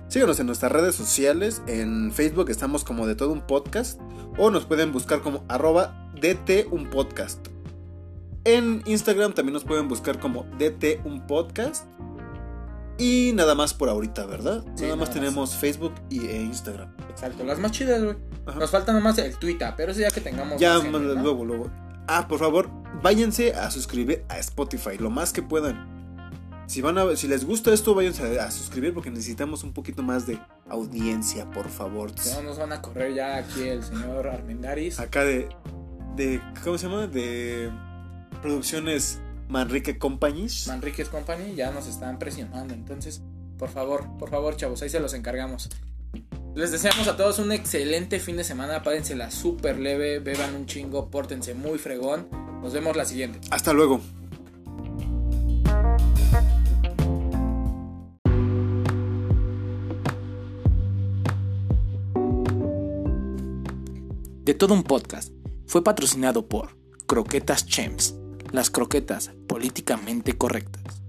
[SPEAKER 1] Síganos en nuestras redes sociales. En Facebook estamos como de todo un podcast. O nos pueden buscar como arroba DT un podcast. En Instagram también nos pueden buscar como DT un podcast. Y nada más por ahorita, ¿verdad? nada más
[SPEAKER 2] Sí, nada más.
[SPEAKER 1] tenemos Facebook y, e Instagram.
[SPEAKER 2] Exacto, las más chidas, güey.
[SPEAKER 1] Ajá.
[SPEAKER 2] Nos falta nomás el Twitter, pero eso ya que tengamos.
[SPEAKER 1] Ya,
[SPEAKER 2] más gente,
[SPEAKER 1] más-
[SPEAKER 2] ¿no?
[SPEAKER 1] luego, luego. Ah, por favor, váyanse a suscribir a Spotify, lo más que puedan. Si, van a, si les gusta esto, váyanse a, a suscribir porque necesitamos un poquito más de audiencia, por favor.
[SPEAKER 2] Si No nos van a correr ya aquí el señor Armendaris.
[SPEAKER 1] Acá de, de. ¿Cómo se llama? De. Producciones Manrique Companies.
[SPEAKER 2] Manriquez Company ya nos están presionando. Entonces, por favor, por favor, chavos, ahí se los encargamos. Les deseamos a todos un excelente fin de semana. Párensela súper leve, beban un chingo, pórtense muy fregón. Nos vemos la siguiente.
[SPEAKER 1] Hasta luego.
[SPEAKER 2] De todo un podcast fue patrocinado por Croquetas Chems, las croquetas políticamente correctas.